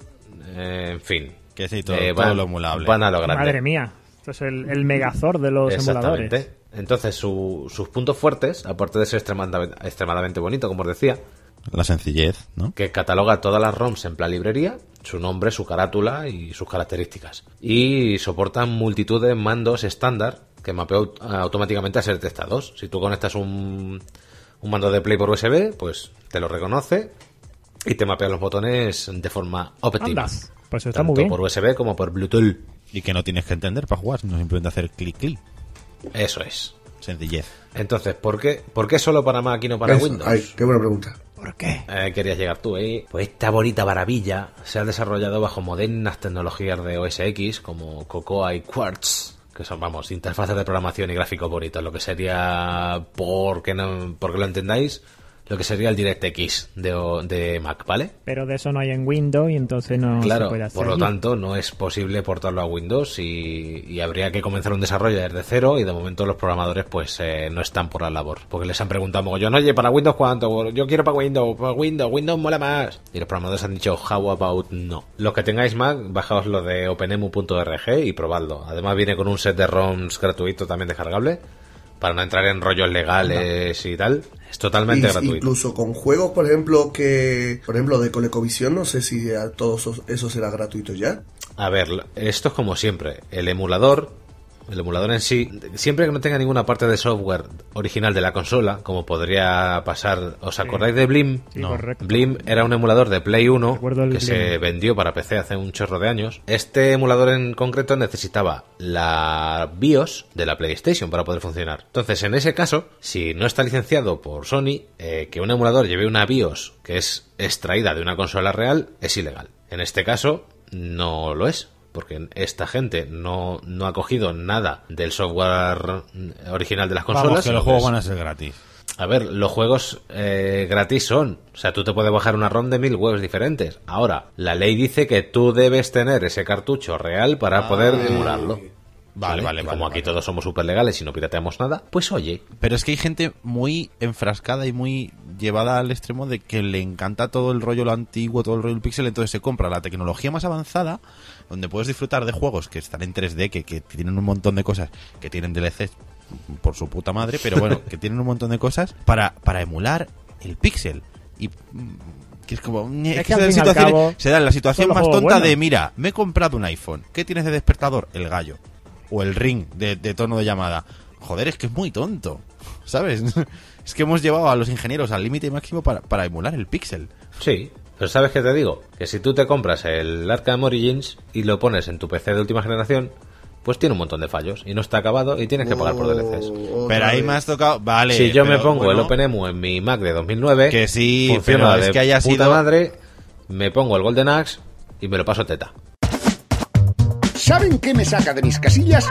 S7: eh, en fin.
S8: Que sí, todo-
S7: Eh,
S8: todo lo emulable.
S7: Van a lo grande.
S9: Madre mía. Esto es el, el megazord de los emuladores.
S7: Exactamente. Entonces, su- sus puntos fuertes, aparte de ser extremadamente, extremadamente bonito, como os decía,
S8: La sencillez, ¿no?
S7: que cataloga todas las ROMs en plan librería, su nombre, su carátula y sus características. Y soportan multitud de mandos estándar que mapea aut- automáticamente a ser testados. Si tú conectas un, un mando de Play por USB, pues te lo reconoce y te mapea los botones de forma óptima.
S9: Anda, pues está
S7: tanto
S9: muy bien.
S7: por USB como por Bluetooth.
S8: Y que no tienes que entender para jugar, no simplemente hacer clic, clic.
S7: Eso es.
S8: Sencillez.
S7: Entonces, ¿por qué, ¿por qué solo para Mac y no para
S10: Eso,
S7: Windows?
S10: ay, qué buena pregunta.
S9: ¿Por qué?
S7: Eh, querías llegar tú, ¿eh? Pues esta bonita maravilla se ha desarrollado bajo modernas tecnologías de OS X como Cocoa y Quartz, que son, vamos, interfaces de programación y gráficos bonitos, lo que sería, porque no, porque lo entendáis, lo que sería el DirectX de, O- de Mac, ¿vale?
S9: Pero de eso no hay en Windows y entonces no se
S7: Claro,
S9: puede hacer.
S7: por lo
S9: allí.
S7: tanto no es posible portarlo a Windows y, y habría que comenzar un desarrollo desde cero y de momento los programadores pues eh, no están por la labor. Porque les han preguntado mogollón, oye, ¿para Windows cuánto? Yo quiero para Windows, para Windows, Windows mola más. Y los programadores han dicho, how about no. Los que tengáis Mac, bajaos lo de openemu.org y probadlo. Además viene con un set de ROMs gratuito también descargable para no entrar en rollos legales y tal. Es totalmente
S10: Ins-
S7: gratuito.
S10: Incluso con juegos, por ejemplo, que. Por ejemplo, de Colecovisión, no sé si a todos esos- eso será gratuito ya.
S7: A ver, esto es como siempre. El emulador, el emulador en sí, siempre que no tenga ninguna parte de software original de la consola, como podría pasar, ¿os acordáis de Blim?
S9: Sí, correcto.
S7: Blim era un emulador de Play 1 que
S9: Recuerdo el
S7: se
S9: Blim.
S7: vendió para PC hace un chorro de años. Este emulador en concreto necesitaba la BIOS de la PlayStation para poder funcionar. Entonces, en ese caso, si no está licenciado por Sony, eh, que un emulador lleve una BIOS que es extraída de una consola real es ilegal. En este caso, no lo es. Porque esta gente no, no ha cogido nada del software mm, original de las consolas.
S8: Vamos, que los juegos
S7: entonces-
S8: van a ser gratis.
S7: a ver, los juegos eh, gratis son. O sea, tú te puedes bajar una ROM de mil webs diferentes. Ahora, la ley dice que tú debes tener ese cartucho real para poder emularlo.
S8: Ah, Vale, vale,
S7: Y
S8: vale,
S7: Como aquí
S8: vale.
S7: todos somos súper legales y no pirateamos nada, pues oye,
S8: Pero es que hay gente muy enfrascada y muy llevada al extremo de que le encanta todo el rollo lo antiguo, todo el rollo del pixel, entonces se compra la tecnología más avanzada, donde puedes disfrutar de juegos que están en 3D, que, que tienen un montón de cosas, que tienen DLCs por su puta madre, pero bueno, que tienen un montón de cosas para, para emular el pixel. Y mm, que es como... es
S9: que
S8: que se dan
S9: al fin y al
S8: situaciones-
S9: cabo,
S8: se da en la situación
S9: son los
S8: más tonta
S9: juegos buenos.
S8: de, mira, me he comprado un iPhone. ¿Qué tienes de despertador? El gallo. O el ring de, de tono de llamada. Joder, es que es muy tonto. <laughs> ¿Sabes? Es que hemos llevado a los ingenieros al límite máximo para, para emular el pixel.
S7: Sí, pero ¿sabes qué te digo? Que si tú te compras el Arkham Origins y lo pones en tu PC de última generación, pues tiene un montón de fallos y no está acabado y tienes que pagar por DLCs.
S10: Oh,
S8: pero
S10: otra
S8: ahí
S10: vez.
S8: me has tocado. Vale.
S7: si yo me
S8: pero
S7: pongo el
S8: bueno,
S7: OpenEMU en mi Mac de 2009,
S8: Que sí, pero es
S7: de
S8: que haya
S7: puta
S8: sido-
S7: madre, me pongo el Golden Axe y me lo paso teta.
S11: ¿Saben qué me saca de mis casillas?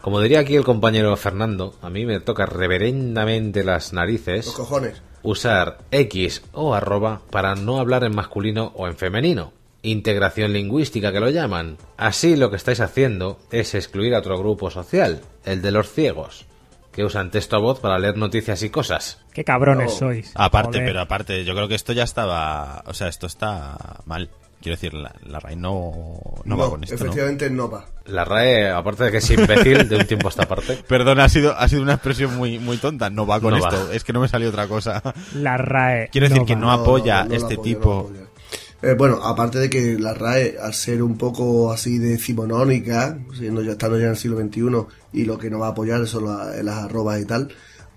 S7: Como diría aquí el compañero Fernando, a mí me toca reverendamente las narices
S10: Los cojones.
S7: usar X o arroba para no hablar en masculino o en femenino. Integración lingüística que lo llaman. Así lo que estáis haciendo es excluir a otro grupo social, el de los ciegos, que usan texto a voz para leer noticias y cosas.
S9: Qué cabrones
S10: No.
S9: sois.
S8: Aparte,
S9: Joder.
S8: pero aparte, yo creo que esto ya estaba. O sea, esto está mal. Quiero decir, la, la RAI no, no, va con esto. ¿no?
S10: efectivamente no va.
S7: La RAE, aparte de que es imbécil de un tiempo a esta parte,
S8: Perdón, ha sido, ha sido una expresión muy, muy tonta. No va con
S7: No va.
S8: esto. Es que no me salió otra cosa.
S9: La RAE.
S8: Quiero decir que
S9: va.
S8: no apoya este
S10: la
S8: tipo.
S10: no la apoya. Eh, bueno, aparte de que la RAE, al ser un poco así decimonónica, siendo ya estando ya en el siglo XXI, y lo que no va a apoyar son la- las arrobas y tal,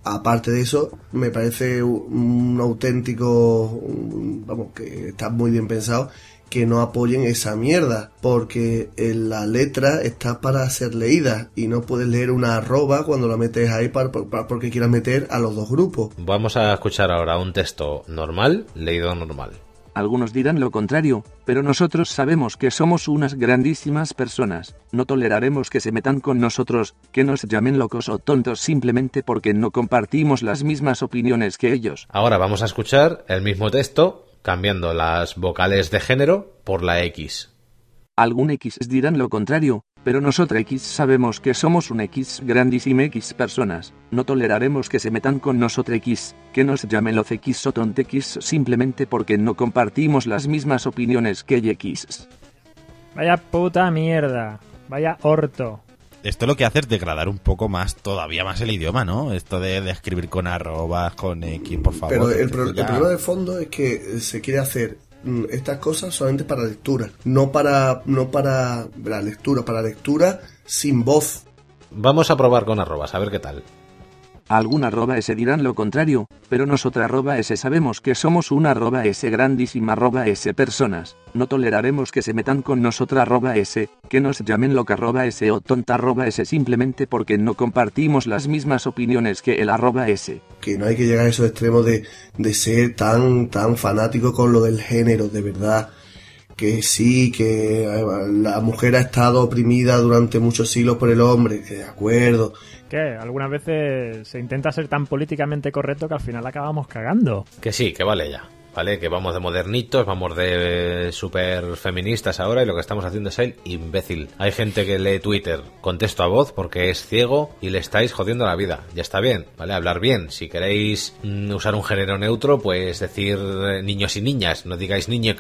S10: aparte de eso, me parece un, un auténtico, un- vamos, que está muy bien pensado, que no apoyen esa mierda, porque eh, la letra está para ser leída y no puedes leer una arroba cuando la metes ahí para- para- porque quieras meter a los dos grupos.
S7: vamos a escuchar ahora un texto normal, leído normal.
S11: Algunos dirán lo contrario, pero nosotros sabemos que somos unas grandísimas personas, no toleraremos que se metan con nosotros, que nos llamen locos o tontos simplemente porque no compartimos las mismas opiniones que ellos.
S7: Ahora vamos a escuchar el mismo texto, cambiando las vocales de género por la X.
S11: Algún X dirán lo contrario, pero nosotros X sabemos que somos un X grandísima X personas, no toleraremos que se metan con nosotros X, que nos llamen los X o tont X simplemente porque no compartimos las mismas opiniones que y X.
S9: Vaya puta mierda. Vaya orto.
S8: Esto lo que hace es degradar un poco más, todavía más el idioma, ¿no? Esto de, de escribir con arrobas, con X, por favor.
S10: Pero el,
S8: esto
S10: pro- el
S8: ya-
S10: problema de fondo es que eh, se quiere hacer mm, estas cosas solamente para lectura, no para no para la lectura, para lectura sin voz.
S7: Vamos a probar con arrobas, a ver qué tal.
S11: Alguna arroba S dirán lo contrario, pero nosotras arroba S sabemos que somos una arroba S grandísima arroba S personas, no toleraremos que se metan con nosotras arroba S, que nos llamen loca arroba S o tonta arroba S simplemente porque no compartimos las mismas opiniones que el arroba S.
S10: Que no hay que llegar a esos extremos de, de ser tan, tan fanático con lo del género, de verdad. Que sí, que eh, la mujer ha estado oprimida durante muchos siglos por el hombre, que de acuerdo.
S9: ¿Qué? Algunas veces se intenta ser tan políticamente correcto que al final acabamos cagando.
S7: Que sí, que vale ya. Vale, que vamos de modernitos, vamos de eh, super feministas ahora y lo que estamos haciendo es el imbécil. Hay gente que lee Twitter con texto a voz porque es ciego y le estáis jodiendo la vida. Ya está bien, ¿vale? Hablar bien. Si queréis mm, usar un género neutro, pues decir eh, niños y niñas, no digáis niños,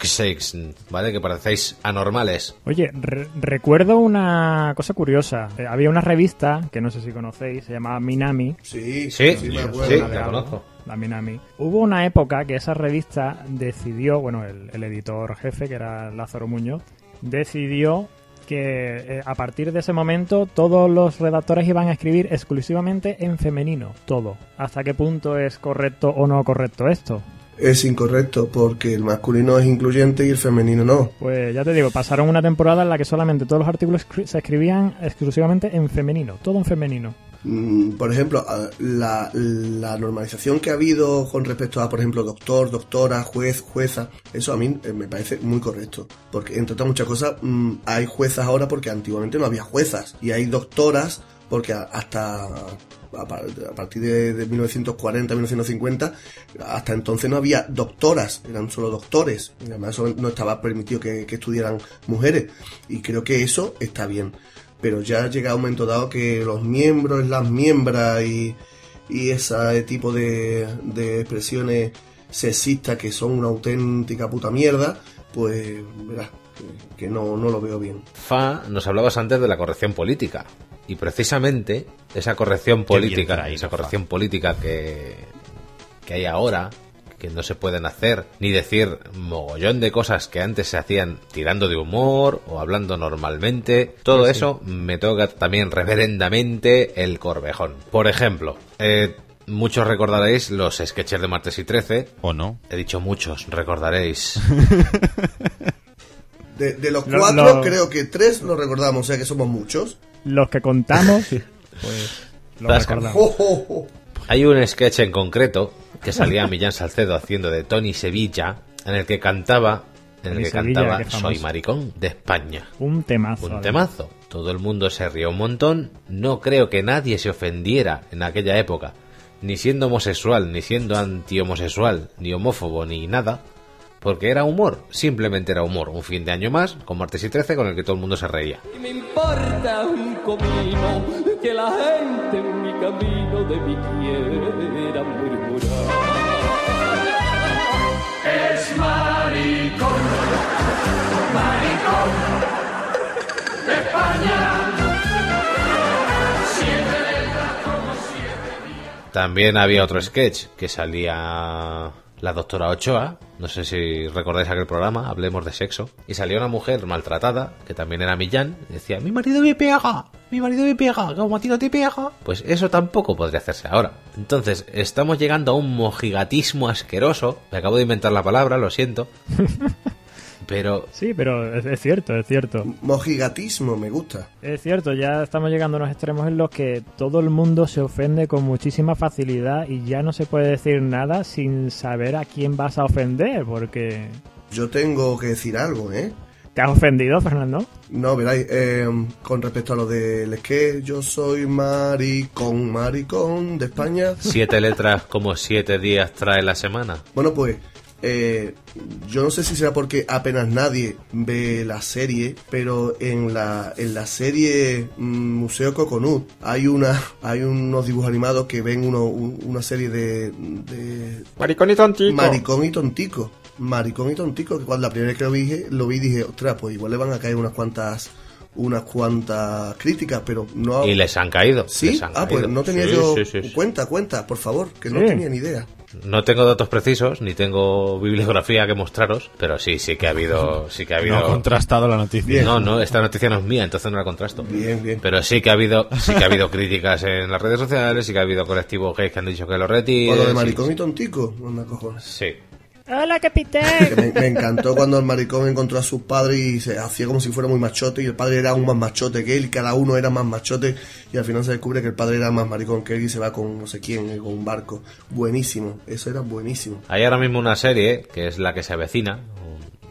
S7: ¿vale? Que parecéis anormales.
S9: Oye, re- recuerdo una cosa curiosa. Eh, había una revista que no sé si conocéis, se llamaba Minami.
S10: Sí,
S7: Sí,
S10: sí, me acuerdo.
S7: sí,
S9: Una de
S7: la
S9: algo,
S7: conozco.
S9: La Minami. Hubo una época que esa revista decidió, bueno, el, el editor jefe, que era Lázaro Muñoz, decidió que eh, a partir de ese momento todos los redactores iban a escribir exclusivamente en femenino, todo. ¿Hasta qué punto es correcto o no correcto esto?
S10: Es incorrecto porque el masculino es incluyente y el femenino no.
S9: Pues ya te digo, pasaron una temporada en la que solamente todos los artículos escri- se escribían exclusivamente en femenino, todo en femenino.
S10: Mm, por ejemplo, a- la, la normalización que ha habido con respecto a, por ejemplo, doctor, doctora, juez, jueza, eso a mí eh, me parece muy correcto. Porque, entre otras muchas cosas, mm, hay juezas ahora porque antiguamente no había juezas. Y hay doctoras porque a- hasta a par- a partir de, de 1940, 1950, hasta entonces no había doctoras, eran solo doctores. Y además eso no estaba permitido que, que estudiaran mujeres. Y creo que eso está bien pero ya llega un momento dado que los miembros, las miembras y, y ese tipo de, de expresiones sexistas que son una auténtica puta mierda, pues verás, que, que no, no lo veo bien.
S7: Fa, nos hablabas antes de la corrección política. Y precisamente esa corrección política,
S8: traído,
S7: esa
S8: Fa.
S7: corrección política que, que hay ahora, que no se pueden hacer, ni decir mogollón de cosas que antes se hacían tirando de humor o hablando normalmente, todo eso me toca también reverendamente el corvejón. Por ejemplo, eh, muchos recordaréis los sketches de martes y 13.
S8: ¿O no?
S7: He dicho muchos, recordaréis.
S10: De, de los
S9: Lo-
S10: cuatro,
S9: lo-
S10: creo que tres lo recordamos, o sea que somos muchos.
S9: Los que contamos, pues lo
S7: Zasca.
S10: <laughs>
S9: recordamos.
S10: ¡Jo, jo, jo!
S7: Hay un sketch en concreto que salía Millán Salcedo haciendo de Tony Sevilla, en el que cantaba, en el
S9: Tony
S7: que
S9: Sevilla,
S7: cantaba
S9: qué famoso.
S7: Soy maricón de España.
S9: Un temazo.
S7: Un
S9: además.
S7: temazo. Todo el mundo se rió un montón. No creo que nadie se ofendiera en aquella época, ni siendo homosexual, ni siendo antihomosexual, ni homófobo, ni nada, porque era humor, simplemente era humor. Un fin de año más, con martes y 13, con el que todo el mundo se reía.
S12: Y me importa un comino que la gente en mi camino de mi quiera murmurar. Es maricón, maricón de España. Siete letras como siete días.
S7: También había otro sketch que salía la doctora Ochoa, no sé si recordáis aquel programa, hablemos de sexo, y salió una mujer maltratada, que también era Millán, y decía, mi marido me pega, mi marido me pega, como a ti no te pega. Pues eso tampoco podría hacerse ahora. Entonces, estamos llegando a un mojigatismo asqueroso, me acabo de inventar la palabra, lo
S10: <laughs>
S7: siento, pero
S9: Sí, pero es, es cierto, es cierto.
S10: Mojigatismo, me gusta.
S9: Es cierto, ya estamos llegando a unos extremos en los que todo el mundo se ofende con muchísima facilidad y ya no se puede decir nada sin saber a quién vas a ofender, porque...
S10: Yo tengo que decir algo, ¿eh?
S9: ¿Te has ofendido, Fernando?
S10: No, veráis, eh, con respecto a lo del es que yo soy maricón, maricón de España.
S7: siete letras como siete días trae la semana.
S10: Bueno, pues eh, yo no sé si será porque apenas nadie ve la serie, pero en la, en la serie mm, Museo Coconut hay una <laughs> hay unos dibujos animados que ven uno, un- una serie de, de
S13: Maricón y tontico.
S10: Maricón y Tontico. Maricón y Tontico, que cuando la primera vez que lo vi, lo vi dije, ostras, pues igual le van a caer unas cuantas unas cuantas críticas, pero no...
S7: Y les han caído.
S10: Oh. ¿Sí?
S7: les han
S10: ah, pues
S7: caído.
S10: no tenía
S7: Sí,
S10: yo...
S7: sí, sí, sí.
S10: Cuenta, cuenta, por favor, que no
S7: Sí.
S10: tenía ni idea.
S7: No tengo datos precisos, ni tengo bibliografía que mostraros, pero sí, sí que ha habido, sí que ha habido.
S8: No ha contrastado la noticia.
S7: No, no, esta noticia no es mía, entonces no la contrasto.
S10: Bien, bien.
S7: Pero sí que ha habido, sí que ha habido críticas en las redes sociales, sí que ha habido colectivos gays que han dicho que lo retiren.
S10: O lo de
S7: sí,
S10: maricón y tontico, onda cojones.
S7: Sí.
S9: Hola,
S10: Que
S9: capitán.
S10: me, me encantó cuando el maricón encontró a sus padres y se hacía como si fuera muy machote y el padre era aún más machote que él, y cada uno era más machote y al final se descubre que el padre era más maricón que él y se va con no sé quién, eh, con un barco. Buenísimo, eso era buenísimo.
S7: Hay ahora mismo una serie que es la que se avecina,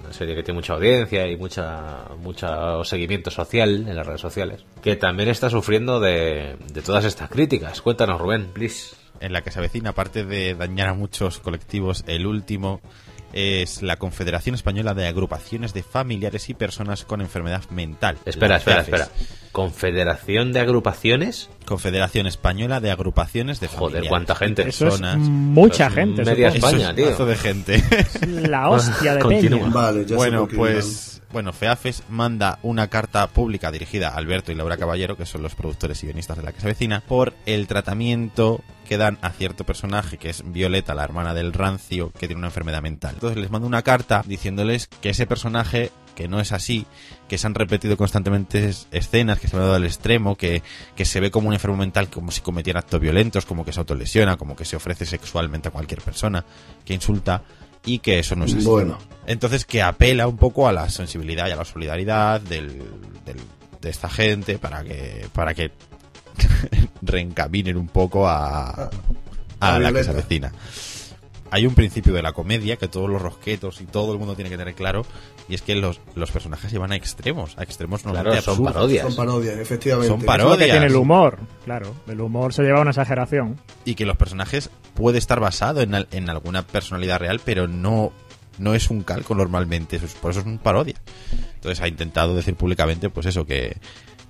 S7: una serie que tiene mucha audiencia y mucha mucho seguimiento social en las redes sociales, que también está sufriendo de, de todas estas críticas. Cuéntanos, Rubén, please.
S8: en la que se avecina, aparte de dañar a muchos colectivos, el último es la Confederación Española de Agrupaciones de Familiares y Personas con Enfermedad Mental.
S7: Espera,
S8: la
S7: espera,
S8: CEAFES.
S7: espera. Confederación de agrupaciones.
S8: Confederación Española de Agrupaciones de Familiares.
S7: Joder, cuánta gente.
S9: Eso es mucha gente,
S7: Media
S9: supongo.
S7: España,
S8: Eso es
S7: tío.
S8: mazo de gente.
S9: La hostia
S7: <laughs>
S9: de
S8: Continúa.
S9: peña.
S10: Vale, ya sé
S8: bueno,
S10: por qué
S8: pues bueno, FEAFES manda una carta pública dirigida a Alberto y Laura Caballero, que son los productores y guionistas de La que se vecina, por el tratamiento que dan a cierto personaje, que es Violeta, la hermana del rancio, que tiene una enfermedad mental. Entonces les manda una carta diciéndoles que ese personaje, que no es así, que se han repetido constantemente es- escenas, que se han dado al extremo, que, que se ve como un enfermo mental, como si cometiera actos violentos, como que se autolesiona, como que se ofrece sexualmente a cualquier persona, que insulta, y que eso no es así.
S10: Bueno.
S8: Entonces que apela un poco a la sensibilidad y a la solidaridad del, del- de esta gente para que para que <laughs> reencaminen un poco a, a
S10: A
S8: la que
S10: Violeta.
S8: se avecina. Hay un principio de la comedia que todos los rosquetos y todo el mundo tiene que tener claro y es que los, los personajes llevan a extremos, a extremos
S7: Claro,
S8: normalmente
S7: son
S8: absurdos.
S7: parodias.
S10: Son parodias, efectivamente.
S8: Son
S9: Eso es lo que
S8: parodias.
S9: tiene el humor, claro. El humor se lleva a una exageración.
S8: y que los personajes puede estar basado en, al- en alguna personalidad real, pero no, no es un calco normalmente, eso es- por eso es un parodia. Entonces ha intentado decir públicamente, pues eso, que,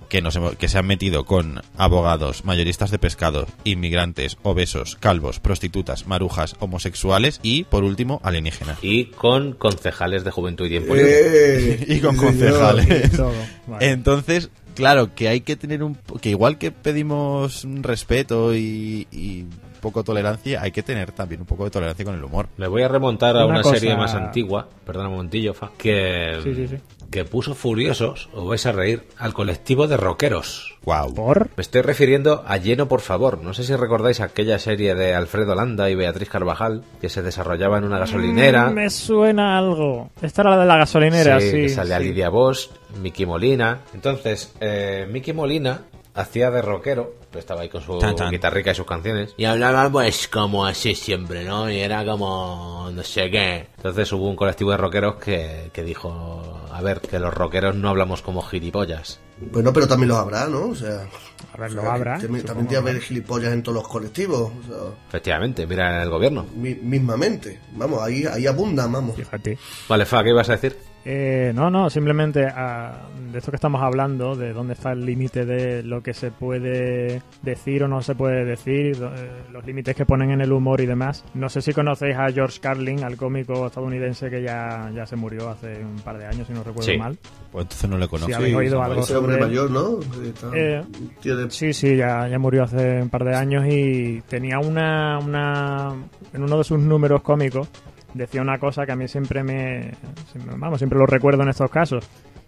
S8: que, nos hemos- que se han metido con abogados, mayoristas de pescado, inmigrantes, obesos, calvos, prostitutas, marujas, homosexuales y, por último, alienígenas.
S7: Y con concejales de juventud y tiempo libre.
S10: ¡Eh!
S8: pues. <laughs> Y con
S10: Sí, señor.
S8: concejales.
S9: Todo. Vale.
S8: Entonces, claro, que hay que tener un... po- que igual que pedimos un respeto y... y poco tolerancia, hay que tener también un poco de tolerancia con el humor.
S7: Me voy a remontar a una,
S9: Una cosa-
S7: serie más antigua, perdón un momentillo, Fa, que,
S9: Sí, sí, sí.
S7: que puso furiosos, os vais a reír, al colectivo de rockeros.
S8: Wow.
S9: ¿Por?
S7: Me estoy refiriendo a Lleno por favor. No sé si recordáis aquella serie de Alfredo Landa y Beatriz Carvajal que se desarrollaba en una gasolinera.
S9: Mm, Me suena algo. Esta era la de la gasolinera, sí.
S7: que salía
S9: sí.
S7: Lidia Bosch, Miki Molina. Entonces, eh, Miki Molina hacía de rockero, pero estaba ahí con su
S8: Tan, tan.
S7: guitarrica y sus canciones. Y hablaba pues como así siempre, ¿no? Y era como no sé qué. Entonces hubo un colectivo de rockeros que, que dijo, a ver, que los rockeros no hablamos como gilipollas.
S10: Bueno, pero también los habrá, ¿no? O sea,
S9: a ver,
S7: los habrá,
S10: También,
S7: supongo.
S10: también tiene que haber gilipollas en todos los colectivos, o sea,
S7: Efectivamente, mira en el gobierno.
S10: mi- mismamente. Vamos, ahí, ahí abundan, vamos.
S9: Fíjate.
S7: Vale, Fa, ¿qué ibas a decir?
S9: Eh, no, no, simplemente ah, de esto que estamos hablando, de dónde está el límite de lo que se puede decir o no se puede decir, do- eh, los límites que ponen en el humor y demás. No sé si conocéis a George Carlin, al cómico estadounidense que ya, ya se murió hace un par de años, si no recuerdo mal.
S8: Pues entonces no lo conozco.
S9: Si habéis oído algo
S10: Ese hombre
S9: sobre-
S10: mayor, ¿no? Está-
S9: Eh,
S10: tiene-
S9: Sí, sí, ya, ya murió hace un par de años y tenía una, una... En uno de sus números cómicos decía una cosa que a mí siempre me... siempre- Vamos, siempre lo recuerdo en estos casos.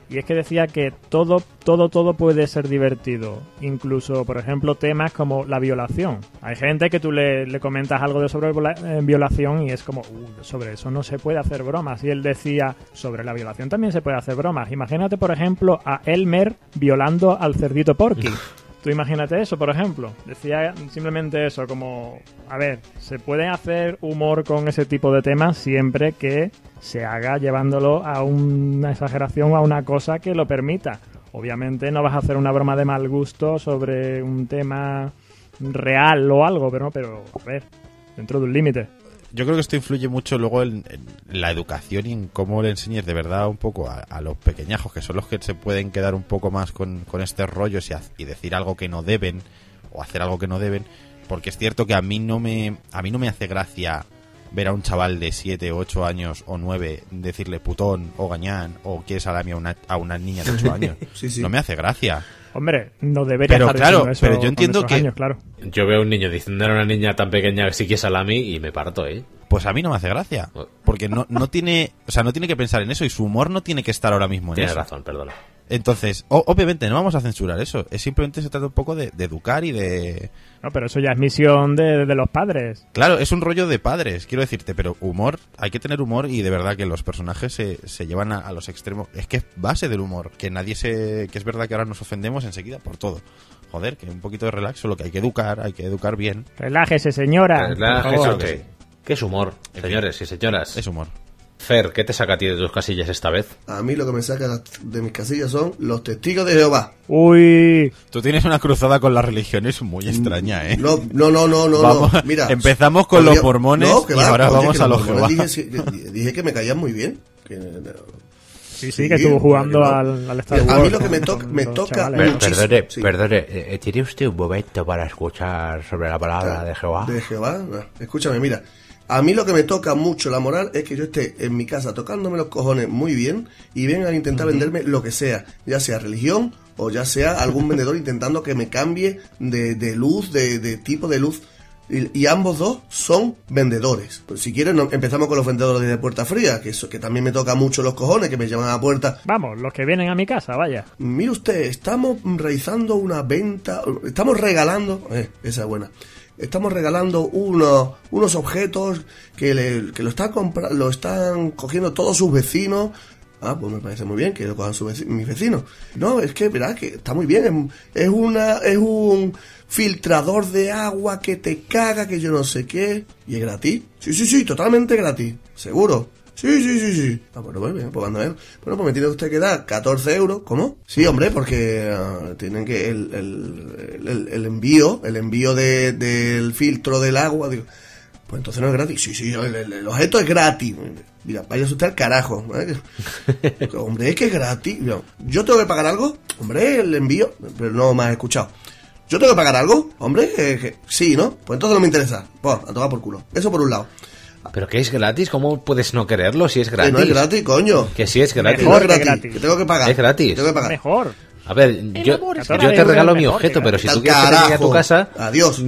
S9: Y es que decía que todo, todo, todo puede ser divertido. Incluso, por ejemplo, temas como la violación. Hay gente que tú le, le comentas algo de sobre vola- eh, violación y es como, "Uh, sobre eso no se puede hacer bromas. Y él decía, sobre la violación también se puede hacer bromas. Imagínate, por ejemplo, a Elmer violando al cerdito Porky. Tú imagínate eso, por ejemplo. Decía simplemente eso, como, a ver, se puede hacer humor con ese tipo de temas siempre que se haga llevándolo a una exageración o a una cosa que lo permita. Obviamente no vas a hacer una broma de mal gusto sobre un tema real o algo, pero, pero a ver, dentro de un límite.
S8: yo creo que esto influye mucho luego en, en la educación y en cómo le enseñes de verdad un poco a, a los pequeñajos, que son los que se pueden quedar un poco más con, con estos rollos y, haz- y decir algo que no deben o hacer algo que no deben. Porque es cierto que a mí no me, a mí no me hace gracia ver a un chaval de 7, 8 años o 9 decirle putón o gañán o quieres salami a una, a una niña de 8 años. No me hace gracia.
S9: Hombre, no debería
S8: Pero
S9: estar
S8: claro,
S9: diciendo eso
S8: pero yo
S9: con
S8: entiendo
S9: esos
S8: que-
S9: años, claro.
S7: Yo veo a un niño diciendo a una niña tan pequeña que sí que es salami y me parto, ¿eh?
S8: Pues a mí no me hace gracia. Porque no, no tiene, o sea, no tiene que pensar en eso y su humor no tiene que estar ahora mismo en
S7: Tienes
S8: eso.
S7: razón, perdona.
S8: Entonces, o- obviamente no vamos a censurar eso. Es simplemente se trata un poco de, de educar y de.
S9: No, pero eso ya es misión de, de los padres.
S8: Claro, es un rollo de padres, quiero decirte, pero humor, hay que tener humor y de verdad que los personajes se, se llevan a, a los extremos. Es que es base del humor, que nadie se. que es verdad que ahora nos ofendemos enseguida por todo. Joder, que un poquito de relax, solo que hay que educar, hay que educar bien.
S9: Relájese,
S10: Ah,
S9: señora. por
S7: Relájese,
S9: favor.
S7: ok. Pues ¿Qué es humor, señores y señoras? Es
S8: humor.
S7: Fer, ¿qué te saca a ti de tus casillas esta vez?
S10: A mí lo que me saca de mis casillas son los testigos de Jehová.
S9: Uy.
S8: Tú tienes una cruzada con las religiones muy extraña, ¿eh?
S10: No, no, no, no, no.
S8: Vamos,
S10: no. Mira,
S8: empezamos con los mormones
S10: No, que
S8: y
S10: va,
S8: ahora
S10: oye,
S8: vamos
S10: que
S8: a los Jehová.
S10: mormones Dije, sí, dije que me caían muy bien. que-
S9: Sí, sí, que estuvo jugando al, al Star
S10: A mí
S9: Wars
S10: lo que me
S9: con-
S10: toca,
S9: con
S10: me
S9: los
S10: toca
S9: chavales.
S10: muchísimo.
S13: Perdone,
S10: Sí.
S13: perdone, eh, ¿tiene usted un momento para escuchar sobre la palabra de Jehová?
S10: Ah, De Jehová. no. Escúchame, mira. A mí lo que me toca mucho la moral es que yo esté en mi casa tocándome los cojones muy bien y vengan a intentar venderme lo que sea, ya sea religión o ya sea algún vendedor <laughs> intentando que me cambie de, de luz, de, de tipo de luz. Y, y ambos dos son vendedores. Pues si quieres, no- empezamos con los vendedores de puerta fría, que eso que también me toca mucho los cojones, que me llaman a puerta.
S9: Vamos, los que vienen a mi casa, vaya.
S10: Mire usted, estamos realizando una venta, estamos regalando, eh, esa es buena, estamos regalando unos, unos objetos que, le- que lo, están compra- lo están cogiendo todos sus vecinos. Ah, pues me parece muy bien que lo cojan sus veci- mis vecinos. No, es que, verás, que está muy bien. Es, es una, es un filtrador de agua que te caga, que yo no sé qué. ¿Y es gratis? Sí, sí, sí, totalmente gratis. Seguro. Sí, sí, sí, sí. Ah, bueno, pues bien, pues cuando es. Bueno, pues me tiene usted que dar 14 euros. ¿Cómo? Sí, hombre, porque ah, tienen que. El, el, el- el envío, el envío de- del filtro del agua. Digo, pues entonces no es gratis. Sí, sí, el, el- el objeto es gratis. Diga, vaya usted al carajo.
S7: <laughs>
S10: ¿eh? Hombre, es que es gratis. Yo, ¿yo tengo que pagar algo. Hombre, el envío. Pero no me has escuchado. ¿Yo tengo que pagar algo? Hombre, eh, que- sí, ¿no? Pues entonces no me interesa. Pues a tomar por culo. Eso por un lado.
S7: ¿Pero qué es gratis? ¿Cómo puedes no quererlo si es gratis?
S10: Que no es gratis, coño.
S7: Que sí es gratis.
S10: Mejor que gratis, que tengo que pagar.
S7: Es gratis.
S10: Que tengo que pagar.
S9: Mejor.
S7: A ver, yo,
S10: amor es
S7: yo
S10: gratis.
S7: te regalo mi
S10: Mejor que
S7: objeto, pero
S10: gratis.
S7: si tú
S10: Al
S7: quieres que te llegue a tu
S10: carajo.
S7: casa... mm,
S10: Adiós.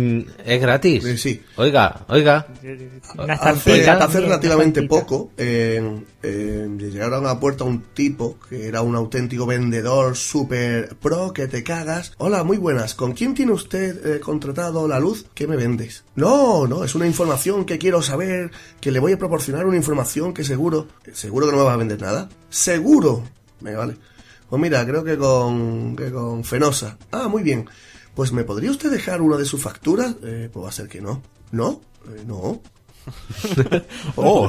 S7: Es gratis. Oiga, oiga.
S9: Una
S10: Hace,
S9: estampita.
S10: hace relativamente poco eh, eh, llegaron a la puerta un tipo que era un auténtico vendedor super pro que te cagas. Hola, muy buenas. ¿Con quién tiene usted eh, contratado la luz? ¿Qué me vendes? No, no, es una información que quiero saber, que le voy a proporcionar una información que seguro... Seguro que no me vas a vender nada. Seguro. Me vale. Pues mira, creo que con, que con Fenosa. Ah, muy bien. Pues me podría usted dejar una de sus facturas? Eh, pues va a ser que no. ¿No? Eh, no.
S8: Oh,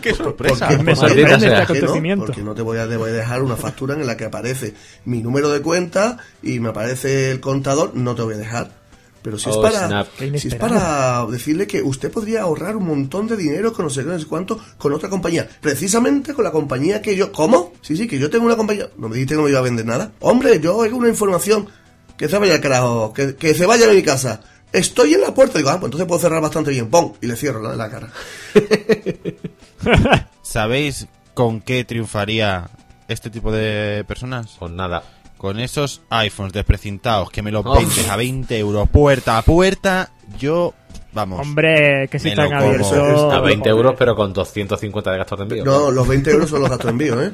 S8: qué sorpresa. Me sorprende
S10: ¿por qué
S8: este
S10: no?
S8: acontecimiento.
S10: Porque no te voy, a, te voy a dejar una factura en la que aparece mi número de cuenta y me aparece el contador, no te voy a dejar. Pero si,
S7: Oh,
S10: es, para,
S7: snap.
S10: si es para decirle que usted podría ahorrar un montón de dinero con no sé qué, no sé cuánto, con otra compañía. Precisamente con la compañía que yo... ¿Cómo? Sí, sí, que yo tengo una compañía... ¿No me dijiste que no me iba a vender nada? Hombre, yo oigo una información. Que se vaya al carajo, que, que se vaya de mi casa. Estoy en la puerta. Digo, ah, pues entonces puedo cerrar bastante bien. ¡Pum! Y le cierro la, la cara.
S8: ¿Sabéis con qué triunfaría este tipo de personas?
S7: Con Pues nada.
S8: Con esos iPhones desprecintados que me los
S9: Oh.
S8: vendes a 20 euros puerta a puerta, yo... Vamos.
S9: <laughs> Hombre, que si
S8: Me lo
S9: están
S8: como.
S10: Oh,
S9: abiertos.
S7: A 20 euros, pero con 250 de gastos de envío.
S10: No, los 20 euros son los gastos de envío, ¿eh?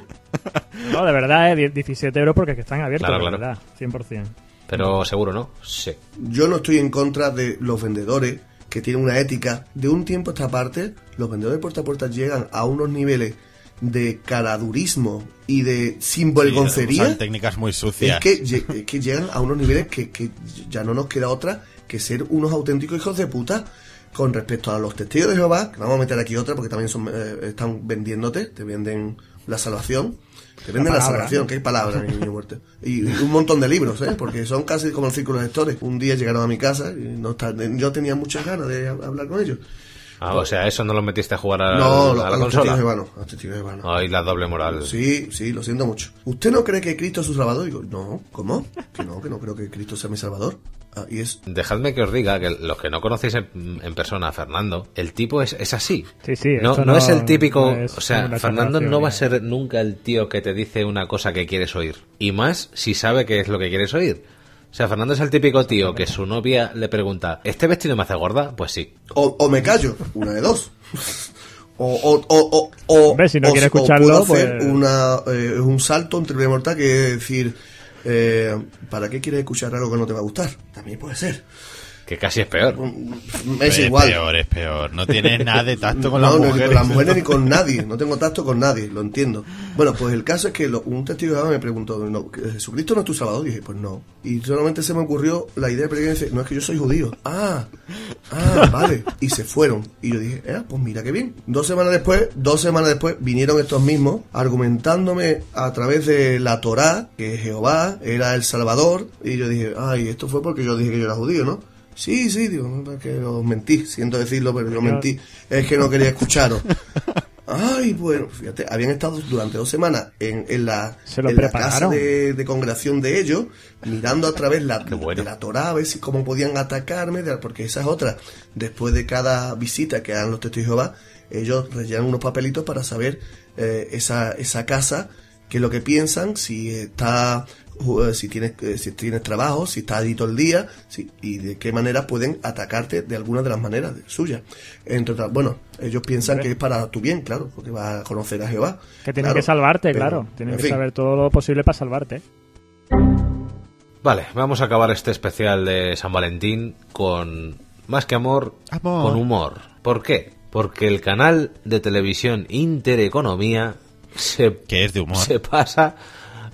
S9: No, de verdad, eh, die- 17 euros porque es que están abiertos,
S7: Claro,
S9: de
S7: claro.
S9: verdad, 100%.
S7: Pero seguro no. Sí.
S10: Yo no estoy en contra de los vendedores que tienen una ética. De un tiempo a esta parte, los vendedores de puerta a puerta llegan a unos niveles de caradurismo y de
S8: Usan
S10: sinvergoncería.
S8: técnicas muy sucias.
S10: Es que, lle- es que llegan a unos niveles que, que ya no nos queda otra que ser unos auténticos hijos de puta con respecto a los testigos de Jehová, que vamos a meter aquí otra porque también son, eh, están vendiéndote, te venden la salvación, te venden la,
S9: palabra.
S10: salvación, qué palabra, mi niño muerto. Y, y un montón de libros, ¿eh? porque son casi como el círculo de lectores. Un día llegaron a mi casa y no está- yo tenía muchas ganas de hab- hablar con ellos.
S7: Ah, o sea, eso no lo metiste a jugar a,
S10: no,
S7: a
S10: los-
S7: la
S10: a los
S7: consola.
S10: testigos de Jehová no, a los testigos de Jehová no.
S7: Ay, la doble moral.
S10: Sí, sí, lo siento mucho. ¿Usted no cree que Cristo es su salvador? Digo, no, ¿cómo? Que no, que no creo que Cristo sea mi salvador. Ah, y es
S7: Dejadme que os diga que los que no conocéis en, en persona a Fernando, el tipo es, es así.
S9: Sí, sí.
S7: No,
S9: esto
S7: no es el típico.
S9: es
S7: o sea,
S9: una
S7: Fernando
S9: comparación,
S7: no va a
S9: ya.
S7: ser nunca el tío que te dice una cosa que quieres oír. Y más si sabe que es lo que quieres oír. O sea, Fernando es el típico tío que su novia le pregunta: ¿Este vestido me hace gorda? Pues sí.
S10: O, o me callo, una de dos. <laughs> O, o, o, o, o,
S9: Hombre, si no
S10: o-
S9: quiere
S10: o
S9: escucharlo,
S10: puedo hacer
S9: pues-
S10: una, eh, un salto entre vida y mortal que es decir, eh, ¿para qué quieres escuchar algo que no te va a gustar? También puede ser. Mm,
S7: Que casi es peor.
S10: Es
S8: Pero
S10: igual.
S8: Es peor, es peor. No
S10: <laughs>
S8: tienes nada de tacto con
S10: No,
S8: las
S10: no, ni
S8: mujeres.
S10: con las mujeres
S8: <laughs>
S10: ni con nadie. No tengo tacto con nadie, lo entiendo. Bueno, pues el caso es que lo- un testigo de Jehová me preguntó, no, ¿Jesucristo no es tu salvador? Y dije, pues no. Y solamente se me ocurrió la idea de predicar y dice, no, es que yo soy judío. Ah, ah,
S8: <laughs>
S10: vale. Y se fueron. Y yo dije, eh, pues mira qué bien. Dos semanas después, dos semanas después, vinieron estos mismos argumentándome a través de la Torá que Jehová era el salvador. Y yo dije, ay, esto fue porque yo dije que yo era judío, ¿no? Sí, sí, digo, no, es que os mentí, siento decirlo, pero yo mentí. Es que no
S9: <laughs>
S10: quería escucharos. Ay, bueno, fíjate, habían estado durante dos semanas en, en la,
S9: Se lo
S10: en la casa
S9: prepararon.
S10: de, de congregación de ellos, mirando a través la, de la Torá, a ver si cómo podían atacarme, de- porque esa es otra. Después de cada visita que hagan los testigos de Jehová, ellos rellenan unos papelitos para saber eh, esa, esa casa, qué es lo que piensan, si está ju- eh, si tienes eh, si tienes trabajo, si estás allí todo el día, si- y de qué manera pueden atacarte de alguna de las maneras de- suyas. Entre otras, bueno, ellos piensan que es para tu bien, claro, porque vas a conocer a Jehová.
S9: Que tienen
S10: Claro,
S9: que salvarte,
S10: pero,
S9: claro. Tienen
S10: en
S9: que
S10: fin.
S9: saber todo lo posible para salvarte.
S7: Vale, vamos a acabar este especial de San Valentín con más que amor,
S8: Amor.
S7: con humor. ¿Por qué? Porque el canal de televisión Intereconomía se
S8: Que es de humor.
S7: se pasa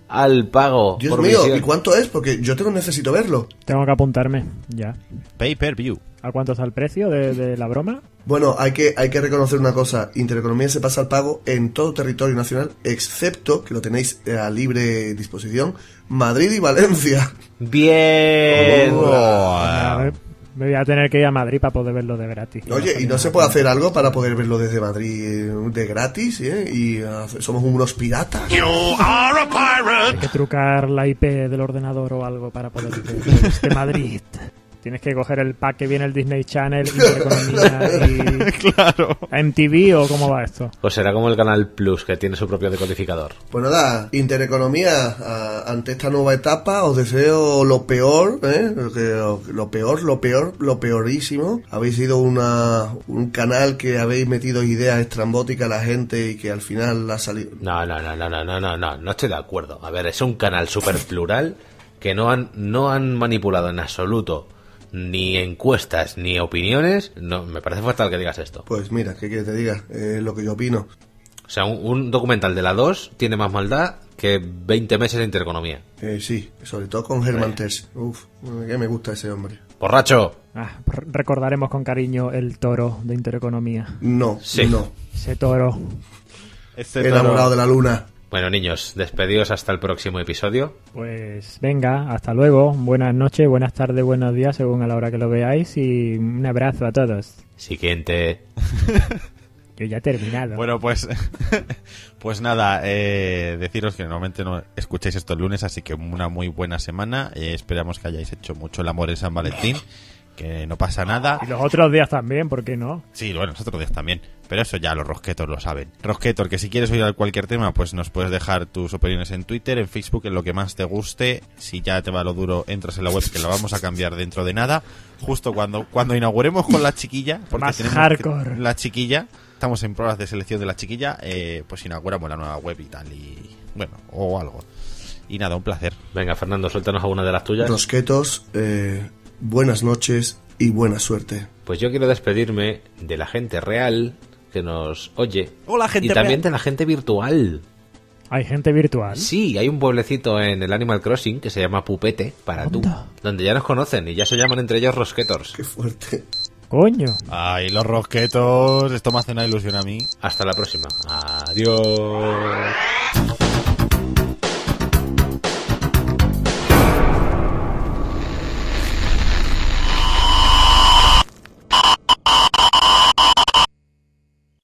S7: al pago
S10: Dios
S7: por
S10: mío,
S7: visión.
S10: ¿y cuánto es? Porque yo tengo necesito verlo.
S9: Tengo que apuntarme, ya.
S8: Pay per view.
S9: ¿A cuánto está el precio de, de la broma?
S10: Bueno, hay que, hay que reconocer una cosa. Intereconomía se pasa al pago en todo territorio nacional, excepto, que lo tenéis eh, a libre disposición, Madrid
S7: <laughs>
S10: y Valencia.
S7: Bien.
S9: A ver, me voy a tener que ir a Madrid para poder verlo de gratis.
S10: Ah. Oye, ¿y no se puede hacer algo para poder verlo desde Madrid eh, de gratis? ¿eh? Y ah, somos unos piratas.
S9: Hay que trucar la IP del ordenador o algo para poder ver este Madrid. Tienes que coger el pack que viene el Disney Channel, Intereconomía y
S8: <laughs> claro.
S9: MTV o cómo va esto.
S7: Pues será como el canal Plus que tiene su propio decodificador.
S10: Pues nada, Intereconomía, a- ante esta nueva etapa os deseo lo peor, ¿eh? lo, que- lo peor, lo peor, lo peorísimo. Habéis sido una, un canal que habéis metido ideas estrambóticas a la gente y que al final la salido.
S7: No, no, no, no, no, no, no, no, no estoy de acuerdo. A ver, es un canal súper plural que no han, no han manipulado en absoluto ni encuestas ni opiniones. No, me parece fatal que digas esto.
S10: Pues mira, ¿qué quieres que te diga? Eh, lo que yo opino.
S7: O sea, un, un documental de la 2 tiene más maldad que 20 meses de intereconomía.
S10: Eh, sí, sobre todo con Germán Terz. Uf, que me gusta ese hombre.
S7: ¡Borracho!
S9: Ah, r- recordaremos con cariño el toro de Intereconomía.
S10: No,
S7: Sí.
S10: no.
S9: Ese toro. Este
S10: Enamorado de la luna.
S7: Bueno, niños, despedidos hasta el próximo episodio.
S9: Pues venga, hasta luego. Buenas noches, buenas tardes, buenos días, según a la hora que lo veáis. Y un abrazo a todos.
S7: Siguiente.
S9: Yo ya he terminado.
S8: Bueno, pues, <laughs> pues nada, eh, deciros que normalmente no escucháis esto el lunes, así que una muy buena semana. Eh, esperamos que hayáis hecho mucho el amor en San Valentín, que no pasa nada.
S9: Los otros días también, ¿por qué no?
S8: Sí, bueno, los otros días también. Pero eso ya los rosquetos lo saben. Rosquetor, que si quieres oír cualquier tema, pues nos puedes dejar tus opiniones en Twitter, en Facebook, en lo que más te guste. Si ya te va lo duro, entras en la web, que la vamos a cambiar dentro de nada. Justo cuando, cuando inauguremos con la chiquilla, porque
S9: Más
S8: tenemos
S9: hardcore.
S8: que- la chiquilla, estamos en pruebas de selección de la chiquilla, eh, pues inauguramos la nueva web y tal, y bueno, o algo. Y nada, un placer.
S7: Venga, Fernando, suéltanos alguna de las tuyas.
S10: Rosquetos, eh, buenas noches y buena suerte.
S7: Pues yo quiero despedirme de la gente real que nos oye.
S9: Hola, gente
S7: Y también
S9: real.
S7: de la gente virtual.
S9: Hay gente virtual.
S7: Sí, hay un pueblecito en el Animal Crossing que se llama Pupete para tú, donde ya nos conocen y ya se llaman entre ellos Rosquetors. Qué
S10: fuerte.
S9: Coño.
S8: Ay, los rosquetos, esto me hace una ilusión a mí.
S7: Hasta la próxima. Adiós.